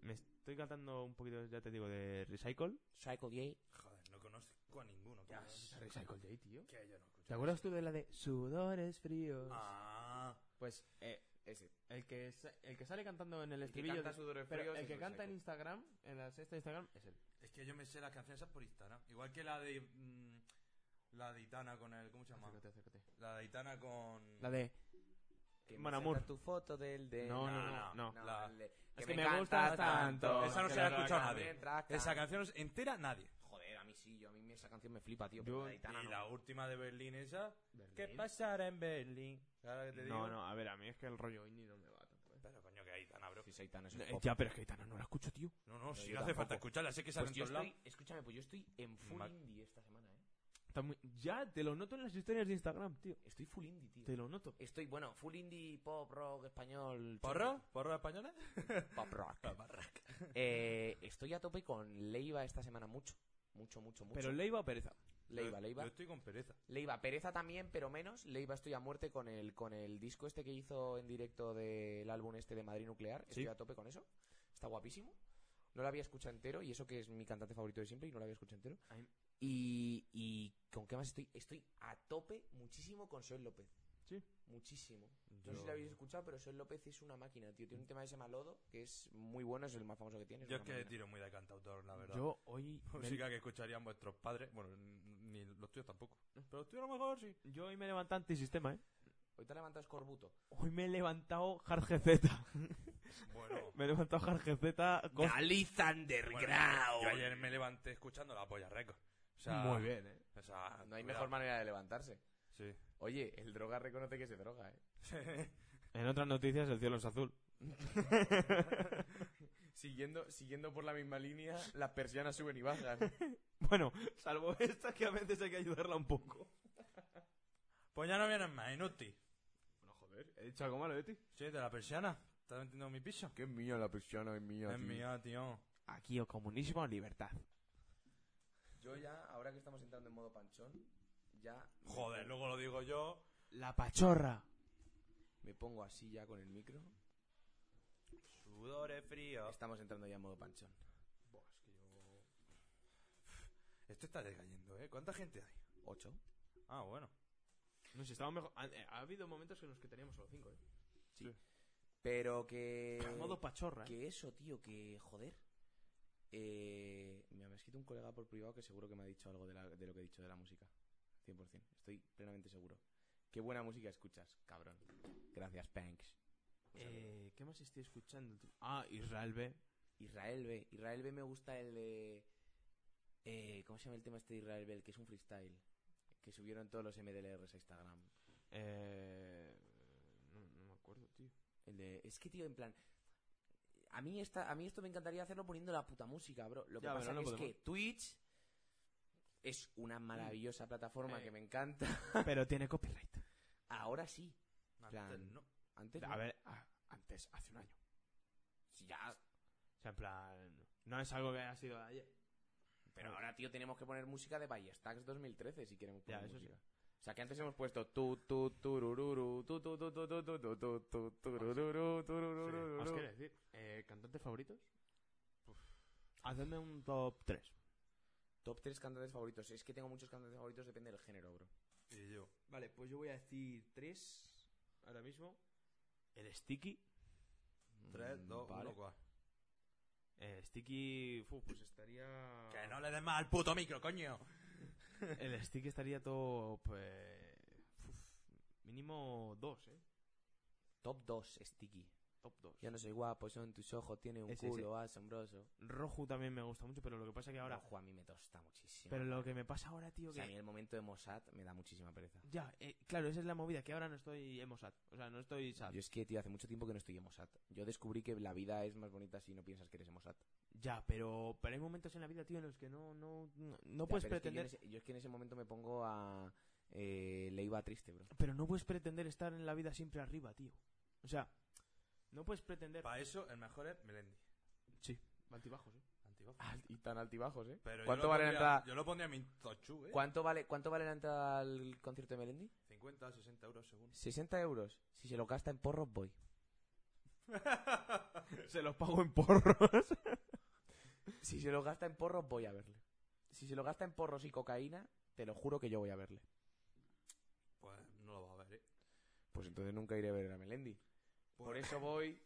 me estoy cantando un poquito, ya te digo, de Recycle.
Psycho J.
Joder, no conozco a ninguno. que me gusta.
Recycle J, tío.
Que yo no escucho.
Pues, ¿Te acuerdas tú de la de Sudores Fríos?
Ah,
Pues eh,
Ese.
el, que, sa- el que sale cantando en el
El que
estribillo.
canta
de-
sudores
pero
fríos
el
es pues,
que
un
canta en
psycho.
Instagram, en la sexta de Instagram, es él.
es que yo me sé las canciones esas por Instagram. Igual que la de. mm, la de Itana con el. ¿Cómo se llama?
Acércate, acércate.
La de Itana con.
La de.
Que me
Mon Amour.
saca tu foto del de...
No, no,
no,
no,
La-
el de-
Es que me gustas tanto.
Esa no
que
se la ha
me
escuchado
encanta,
nadie.
mientras
Esa
canto.
canción entera, nadie.
Joder, a mí sí, yo, a mí esa canción me flipa, tío.
Yo-
pero la de Aitana
y
no.
la última de Berlín, esa. ¿Qué
Berlín.
pasará en Berlín? ¿Sabes lo que te digo?
No, no, a ver, a mí es que el rollo indie no me va tanto. ¿eh?
Pero coño, que Aitana, bro.
Sí, sí, Aitana es un
Eh,
pop.
ya, pero es que Aitana no la escucho, tío.
No, no, si
yo
no hace
tampoco.
falta escucharla, sé que sale
Pues
en
yo
todos lados.
estoy, escúchame, pues yo estoy en full
Mal.
indie esta semana, ¿eh?
Está muy- Ya, te lo noto en las historias de Instagram, tío.
Estoy full indie, tío.
Te lo noto.
Estoy, bueno, full indie, pop, rock, español.
¿Porro? ¿Porro española?
chungo, Pop rock.
Barraca.
Eh, estoy a tope con Leiva esta semana mucho. Mucho, mucho, mucho.
Pero Leiva o Pereza.
Leiva,
Yo-
Leiva.
Yo estoy con pereza.
Leiva, pereza también, pero menos. Leiva estoy a muerte con el, con el disco este que hizo en directo del álbum este de Madrid Nuclear. Estoy
Sí.
a tope con eso. Está guapísimo. No lo había escuchado entero, y eso que es mi cantante favorito de siempre, y no lo había escuchado entero.
A mí-
Y, y con qué más estoy? Estoy a tope muchísimo con Soel López.
Sí.
Muchísimo. No sé si lo habéis escuchado, pero Soel López es una máquina, tío.
Mm.
Tiene un tema que se llama Lodo, que es muy bueno, es el más famoso que tiene. es
Yo es
una
que
máquina.
tiro muy de cantautor, la verdad.
Yo hoy. me-
Música que escucharían vuestros padres. Bueno, n- ni los tuyos tampoco. Pero los tuyos a lo mejor sí.
Yo hoy me he levantado antisistema, ¿eh?
Hoy te levantas corbuto.
Hoy me he levantado Hard GZ.
Bueno.
me he levantado Hard GZ con.
Galiza
bueno,
Underground.
yo ayer me levanté escuchando la polla récord. O sea,
Muy bien, ¿eh?
o sea,
Ah, No hay
cuidado.
mejor manera de levantarse.
Sí.
Oye, el droga reconoce que se droga, ¿eh?
En otras noticias, el cielo es azul.
Siguiendo, siguiendo por la misma línea, las persianas suben y bajan.
Bueno, salvo esta que a veces hay que ayudarla un poco.
pues ya no vienen más, inútil.
Eh, este.
Bueno, joder, he dicho algo malo de ti.
Sí, de la persiana. ¿Estás metiendo mi piso?
Que es mía la persiana, es mía.
Es mía, tío.
Aquí o comunismo o libertad.
Yo ya, ahora que estamos entrando en modo panchón, ya
Joder, luego lo digo yo.
La pachorra.
me pongo así ya con el micro.
Sudores fríos.
Estamos entrando ya en modo panchón.
Buah, es que yo... Esto está decayendo, ¿eh? ¿Cuánta gente hay?
¿Ocho?
Ah, bueno.
No sé, estábamos mejor. Ha, eh, ha habido momentos en los que teníamos solo cinco, ¿eh?
Pero que...
Modo pachorra. ¿eh?
que eso, tío, que joder. Eh, me ha escrito un colega por privado que seguro que me ha dicho algo de, la- de lo que he dicho de la música. 100%. Estoy plenamente seguro. Qué buena música escuchas, cabrón. Gracias, Panks.
Eh, ¿Qué más estoy escuchando? tú? Ah, Israel B.
Israel B. Israel B me gusta el de. eh, ¿Cómo se llama el tema este de Israel B? El que es un freestyle. Que subieron todos los MDLRs a Instagram.
Eh, no, no me acuerdo, tío.
El de. Es que, tío, en plan. A mí, esta, a mí esto me encantaría hacerlo poniendo la puta música, bro. Lo que
Ya, pero
pasa
no
es
podemos.
que Twitch es una maravillosa plataforma
Eh.
que me encanta.
Pero tiene copyright.
Ahora sí.
Antes
Plan-
no.
Antes
A
no.
ver, ah, a- antes, hace un año.
Sí, ya.
O sea, en plan. No es algo que haya sido de ayer.
Pero ahora, tío, tenemos que poner música de Ballestax 2013 si queremos
Ya,
poner
eso
música. O sea, que antes hemos puesto tu tu turururu, tu tu tu tu tu tu tu tu tu turururu, turururu.
¿Os quiere decir? Eh, ¿Cantantes favoritos? Hacedme un top 3.
Top 3 cantantes favoritos. Es que tengo muchos cantantes favoritos, depende del género, bro.
Y yo.
Vale, pues yo voy a decir 3 ahora mismo. El Sticky.
3, 2, 1,
Mm, vale.
4.
El Sticky. fu, pues estaría.
Que no le des más al puto micro, coño.
El Sticky estaría top. eh, uf, mínimo 2, ¿eh?
Top 2, Sticky.
Top 2.
Yo no soy guapo, son tus ojos, tiene un
Ese, ese.
culo asombroso.
Roju también me gusta mucho, pero lo que pasa que ahora.
Ojo, a mí me tosta muchísimo.
Pero lo que me pasa ahora, tío,
O
que.
sea, a mí el momento de Mossad me da muchísima pereza.
Ya, eh, claro, esa es la movida, que ahora no estoy emo sad. O sea, no estoy sad.
Yo es que, tío, hace mucho tiempo que no estoy en Mossad. Yo descubrí que la vida es más bonita si no piensas que eres en Mossad.
Ya, pero, pero hay momentos en la vida, tío, en los que no, no, no, no
Ya,
puedes
pero es que yo en
pretender.
ese- yo es que en ese momento me pongo a eh, Leiva triste, bro.
Pero no puedes pretender estar en la vida siempre arriba, tío. O sea, no puedes pretender.
Para eso, el mejor es Melendi.
sí, altibajos, ¿eh?
Antiguo.
y tan altibajos, ¿eh?
Pero yo
¿Cuánto
lo
vale la
pondría-
entrada?
Yo lo pondría en mi tochu, ¿eh?
¿Cuánto vale, cuánto vale la entrada al concierto de Melendi?
50, 60 euros según.
60 euros. Si se lo gasta en porros, voy.
Se los pago en porros.
Si se lo gasta en porros, voy a verle. Si se lo gasta en porros y cocaína, te lo juro que yo voy a verle.
Pues no lo va a ver, ¿eh?
Pues entonces nunca iré a ver a Melendi.
Pues-
Por eso voy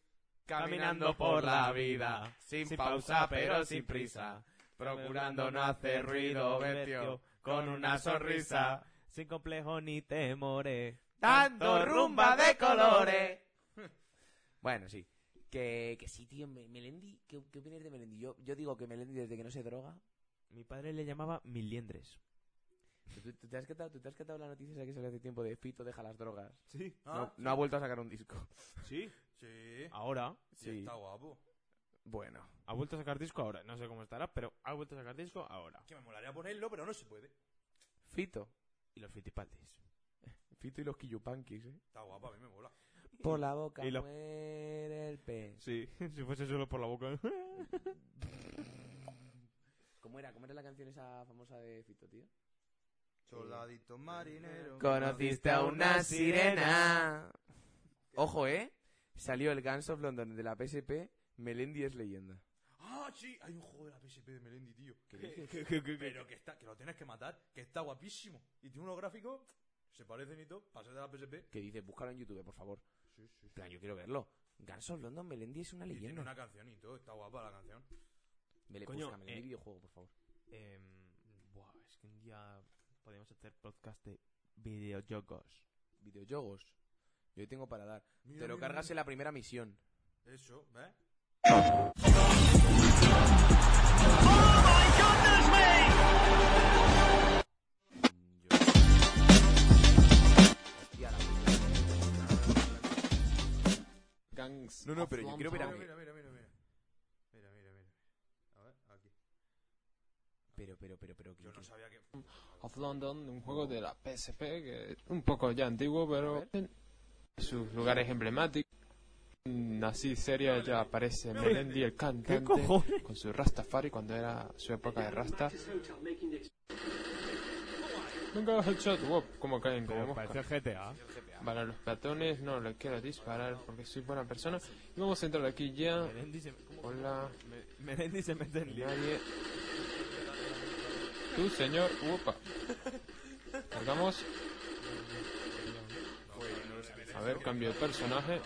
Caminando por la vida,
sin
pausa, pero sin prisa,
procurando no hacer ruido,
vertio,
Betio, con una sonrisa,
sin complejo ni temores.
dando rumba de colores. bueno, sí. Que, que sí, tío, Me- Melendi, ¿qué, qué opinas de Melendi? Yo, yo digo que Melendi desde que no se droga.
Mi padre le llamaba mil liendres.
¿Tú, tú te has catado, tú te has catado la noticia esa que salió hace tiempo de Fito deja las drogas?
Sí,
No,
Ah,
no ha vuelto a sacar un disco.
sí.
sí.
Ahora.
Sí, está guapo.
Bueno.
Ha vuelto a sacar disco ahora. No sé cómo estará, pero ha vuelto a sacar disco ahora.
Que me molaría ponerlo, pero no se puede.
Fito.
Y los fitipaldis.
Fito y los Quillupanquis, ¿eh?
Está guapo, a mí me mola.
Por la boca
Y lo-
muere el pez.
Sí, si fuese solo por la boca.
¿Cómo era? ¿Cómo era la canción esa famosa de Fito, tío?
Soldadito marinero.
Conociste a una sirena. Ojo, ¿eh? Salió el Guns of London de la PSP. Melendi es leyenda.
Ah, sí, hay un juego de la PSP de Melendi, tío.
¿Qué dices?
Pero que está, que lo tienes que matar, que está guapísimo. Y tiene unos gráficos, se parecen y todo, para ser de la PSP.
Que dices, búscalo en YouTube, por favor.
Sí, sí,
En plan, yo quiero verlo. Guns of London, Melendi es una
Y tiene
leyenda.
una canción y todo, está guapa la canción.
Me le
Coño,
busca, Melendi
eh.
videojuego, por favor.
Em, buah, es que un día podríamos hacer podcast de videojuegos.
Videojuegos. Yo tengo para dar.
Mira,
Te lo
mira,
cargas en la primera misión.
mira. Eso, ¿ves?
Mm, Hostia, la
Gangs.
No, no, pero yo
of
quiero ver a
London.
mí.
mira, mira, mira, mira. Mira, mira, mira. A ver, aquí.
Pero, pero, pero, pero. ¿quién-
Yo no
quién-
sabía que.
of London, un juego de la PSP que es un poco ya antiguo, pero en sus lugares emblemáticos. así seria ya aparece Melendi el cantante con su Rastafari cuando era su época de Rasta. Nunca has hecho tu wop, como caen como moscas.
Parece GTA.
Para los peatones no les quiero disparar porque soy buena persona. Y vamos a entrar aquí ya.
Melendi se, ¿cómo?
Hola,
Me- Melendi se mete en lío.
nadie. Tú, señor, upa. Cargamos. A ver, cambio de personaje.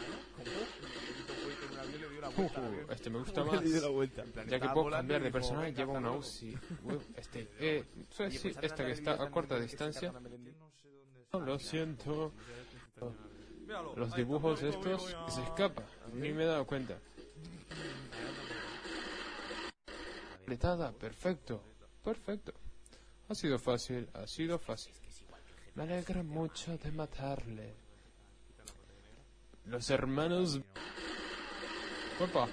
Ujú, este me gusta más. Ya que puedo cambiar de personaje, llevo una UCI. Uy, Este, eh, soy sí,
pues,
esta que está a corta
este,
distancia. No, lo siento.
Míralo,
Los
ahí está,
dibujos
mira, mira,
estos
mira.
se escapa. Ni me he dado cuenta. Completada, perfecto. Perfecto. Ha sido fácil, ha sido fácil. Me alegra mucho de matarle. Los hermanos... Opa.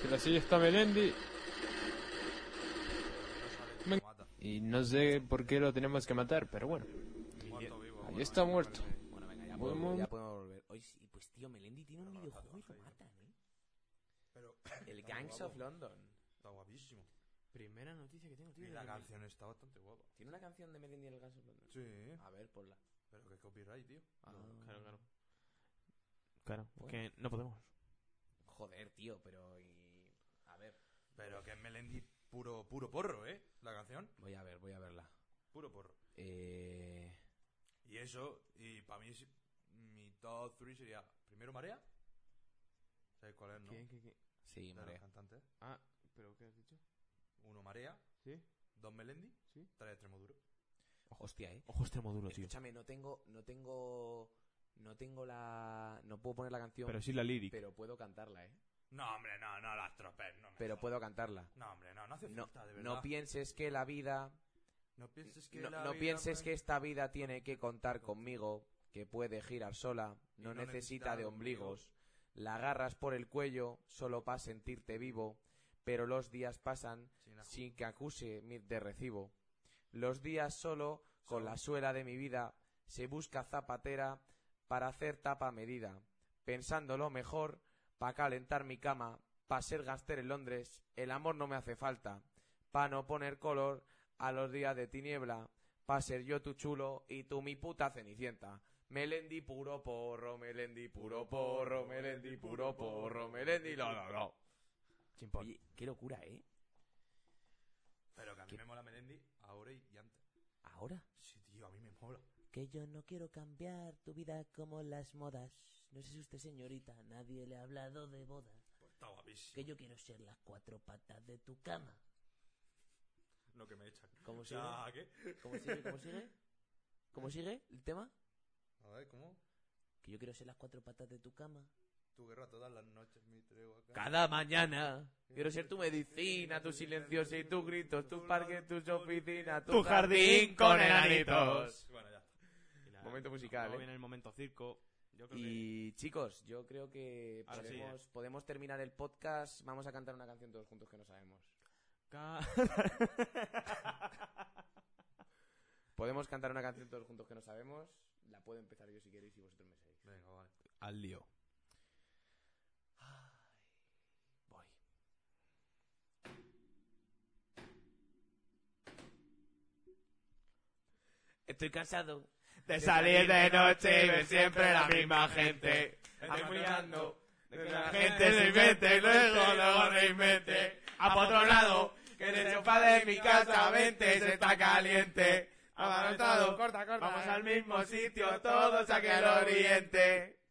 Que la silla está Melendi. Me- Y no sé por qué lo tenemos que matar, pero bueno.
Muerto vivo.
Ahí está muerto.
¿eh?
Bueno, venga, ya
Buen
podemos, ya
momento.
podemos volver. Oye, sí, pues tío, Melendi tiene un videojuego y lo matan, ¿eh?
Pero
El
Está muy
Gangs
guapo.
of London.
está guapísimo.
Primera noticia que tengo, tío.
Y
de
la
Melendi.
canción está bastante guapa.
¿Tiene una canción de Melendi en el Gangs of London?
Sí,
A ver, ponla.
pero que copyright, tío.
Ah,
Claro, claro. Claro, es que no podemos.
Joder, tío, pero... y- A ver,
Pero que es Melendi puro, puro porro, ¿eh? La canción,
voy a ver, voy a verla.
puro porro.
Eh...
Y eso, y para mí es- mi top 3 sería primero Marea. ¿Sabes cuál es, no?
¿Qué, qué, qué?
Sí,
De los
Marea.
cantantes.
Ah, ¿pero qué has dicho?
Uno Marea,
¿Sí?
dos Melendi,
Sí.
tres Extremoduro.
Hostia, ¿eh?
Ojo extremo duro, tío.
Escúchame, no tengo... No tengo... No tengo la... No puedo poner la canción,
Pero sí la lírica.
pero puedo cantarla, ¿eh?
No, hombre, no, no las tropes, no me
Pero
jodas.
puedo cantarla.
No, hombre, no, no hace
No,
falta, de verdad.
no pienses que la vida
No pienses que
No,
la
no
vida
pienses
me-
que esta vida tiene que contar conmigo, que puede girar sola,
Y
no,
no
necesita
necesita
de
de
ombligos. La agarras por el cuello solo para sentirte vivo, pero los días pasan
Sin aju-
sin que acuse mi de recibo. Los días solo con la suela de mi vida se busca zapatera para hacer tapa a medida, pensándolo mejor pa calentar mi cama, pa ser gaster en Londres, el amor no me hace falta, pa no poner color a los días de tiniebla, pa ser yo tu chulo y tú mi puta cenicienta. Melendi puro porro, Melendi puro porro, Melendi puro porro, Melendi lo lo lo. Oye, qué locura, ¿eh?
Pero que a mí me mola Melendi ahora y y antes.
Ahora.
Sí, tío, a mí me mola.
Que yo no quiero cambiar tu vida como las modas. No sé si usted, señorita, nadie le ha hablado de boda.
Pues está guapísimo.
Que yo quiero ser las cuatro patas de tu cama.
No, que me echan.
¿Cómo
O
sigue?
sea, ¿qué?
¿Cómo sigue? ¿Cómo sigue?
¿Cómo sigue el tema?
A ver, ¿cómo?
Que yo quiero ser las cuatro patas de tu cama.
Tu guerra todas las noches, mi tregua. acá.
Cada mañana. Quiero ser tu medicina, tu silencio y tus gritos, tus parques, tus oficinas, tu,
Tu
jardín
jardín
con
con
enanitos.
Bueno, ya está.
Momento musical,
Luego
¿eh?
viene el momento circo. Yo creo
Y chicos, yo creo que
Ahora sí,
podemos, podemos terminar el podcast. Vamos a cantar una canción todos juntos que no sabemos.
que... Ca-
Podemos cantar una canción todos juntos que no sabemos. La puedo empezar yo si queréis y vosotros me seguís.
Venga, vale.
Al lío.
Voy. Estoy cansado
De salir de noche y ver siempre la misma gente.
apoyando.
La gente se invente y luego, luego reinvente. A por otro lado, que en el sofá de mi casa vente, se está caliente. Avanzado, corta, corta. Vamos al mismo sitio, todos hacia el oriente.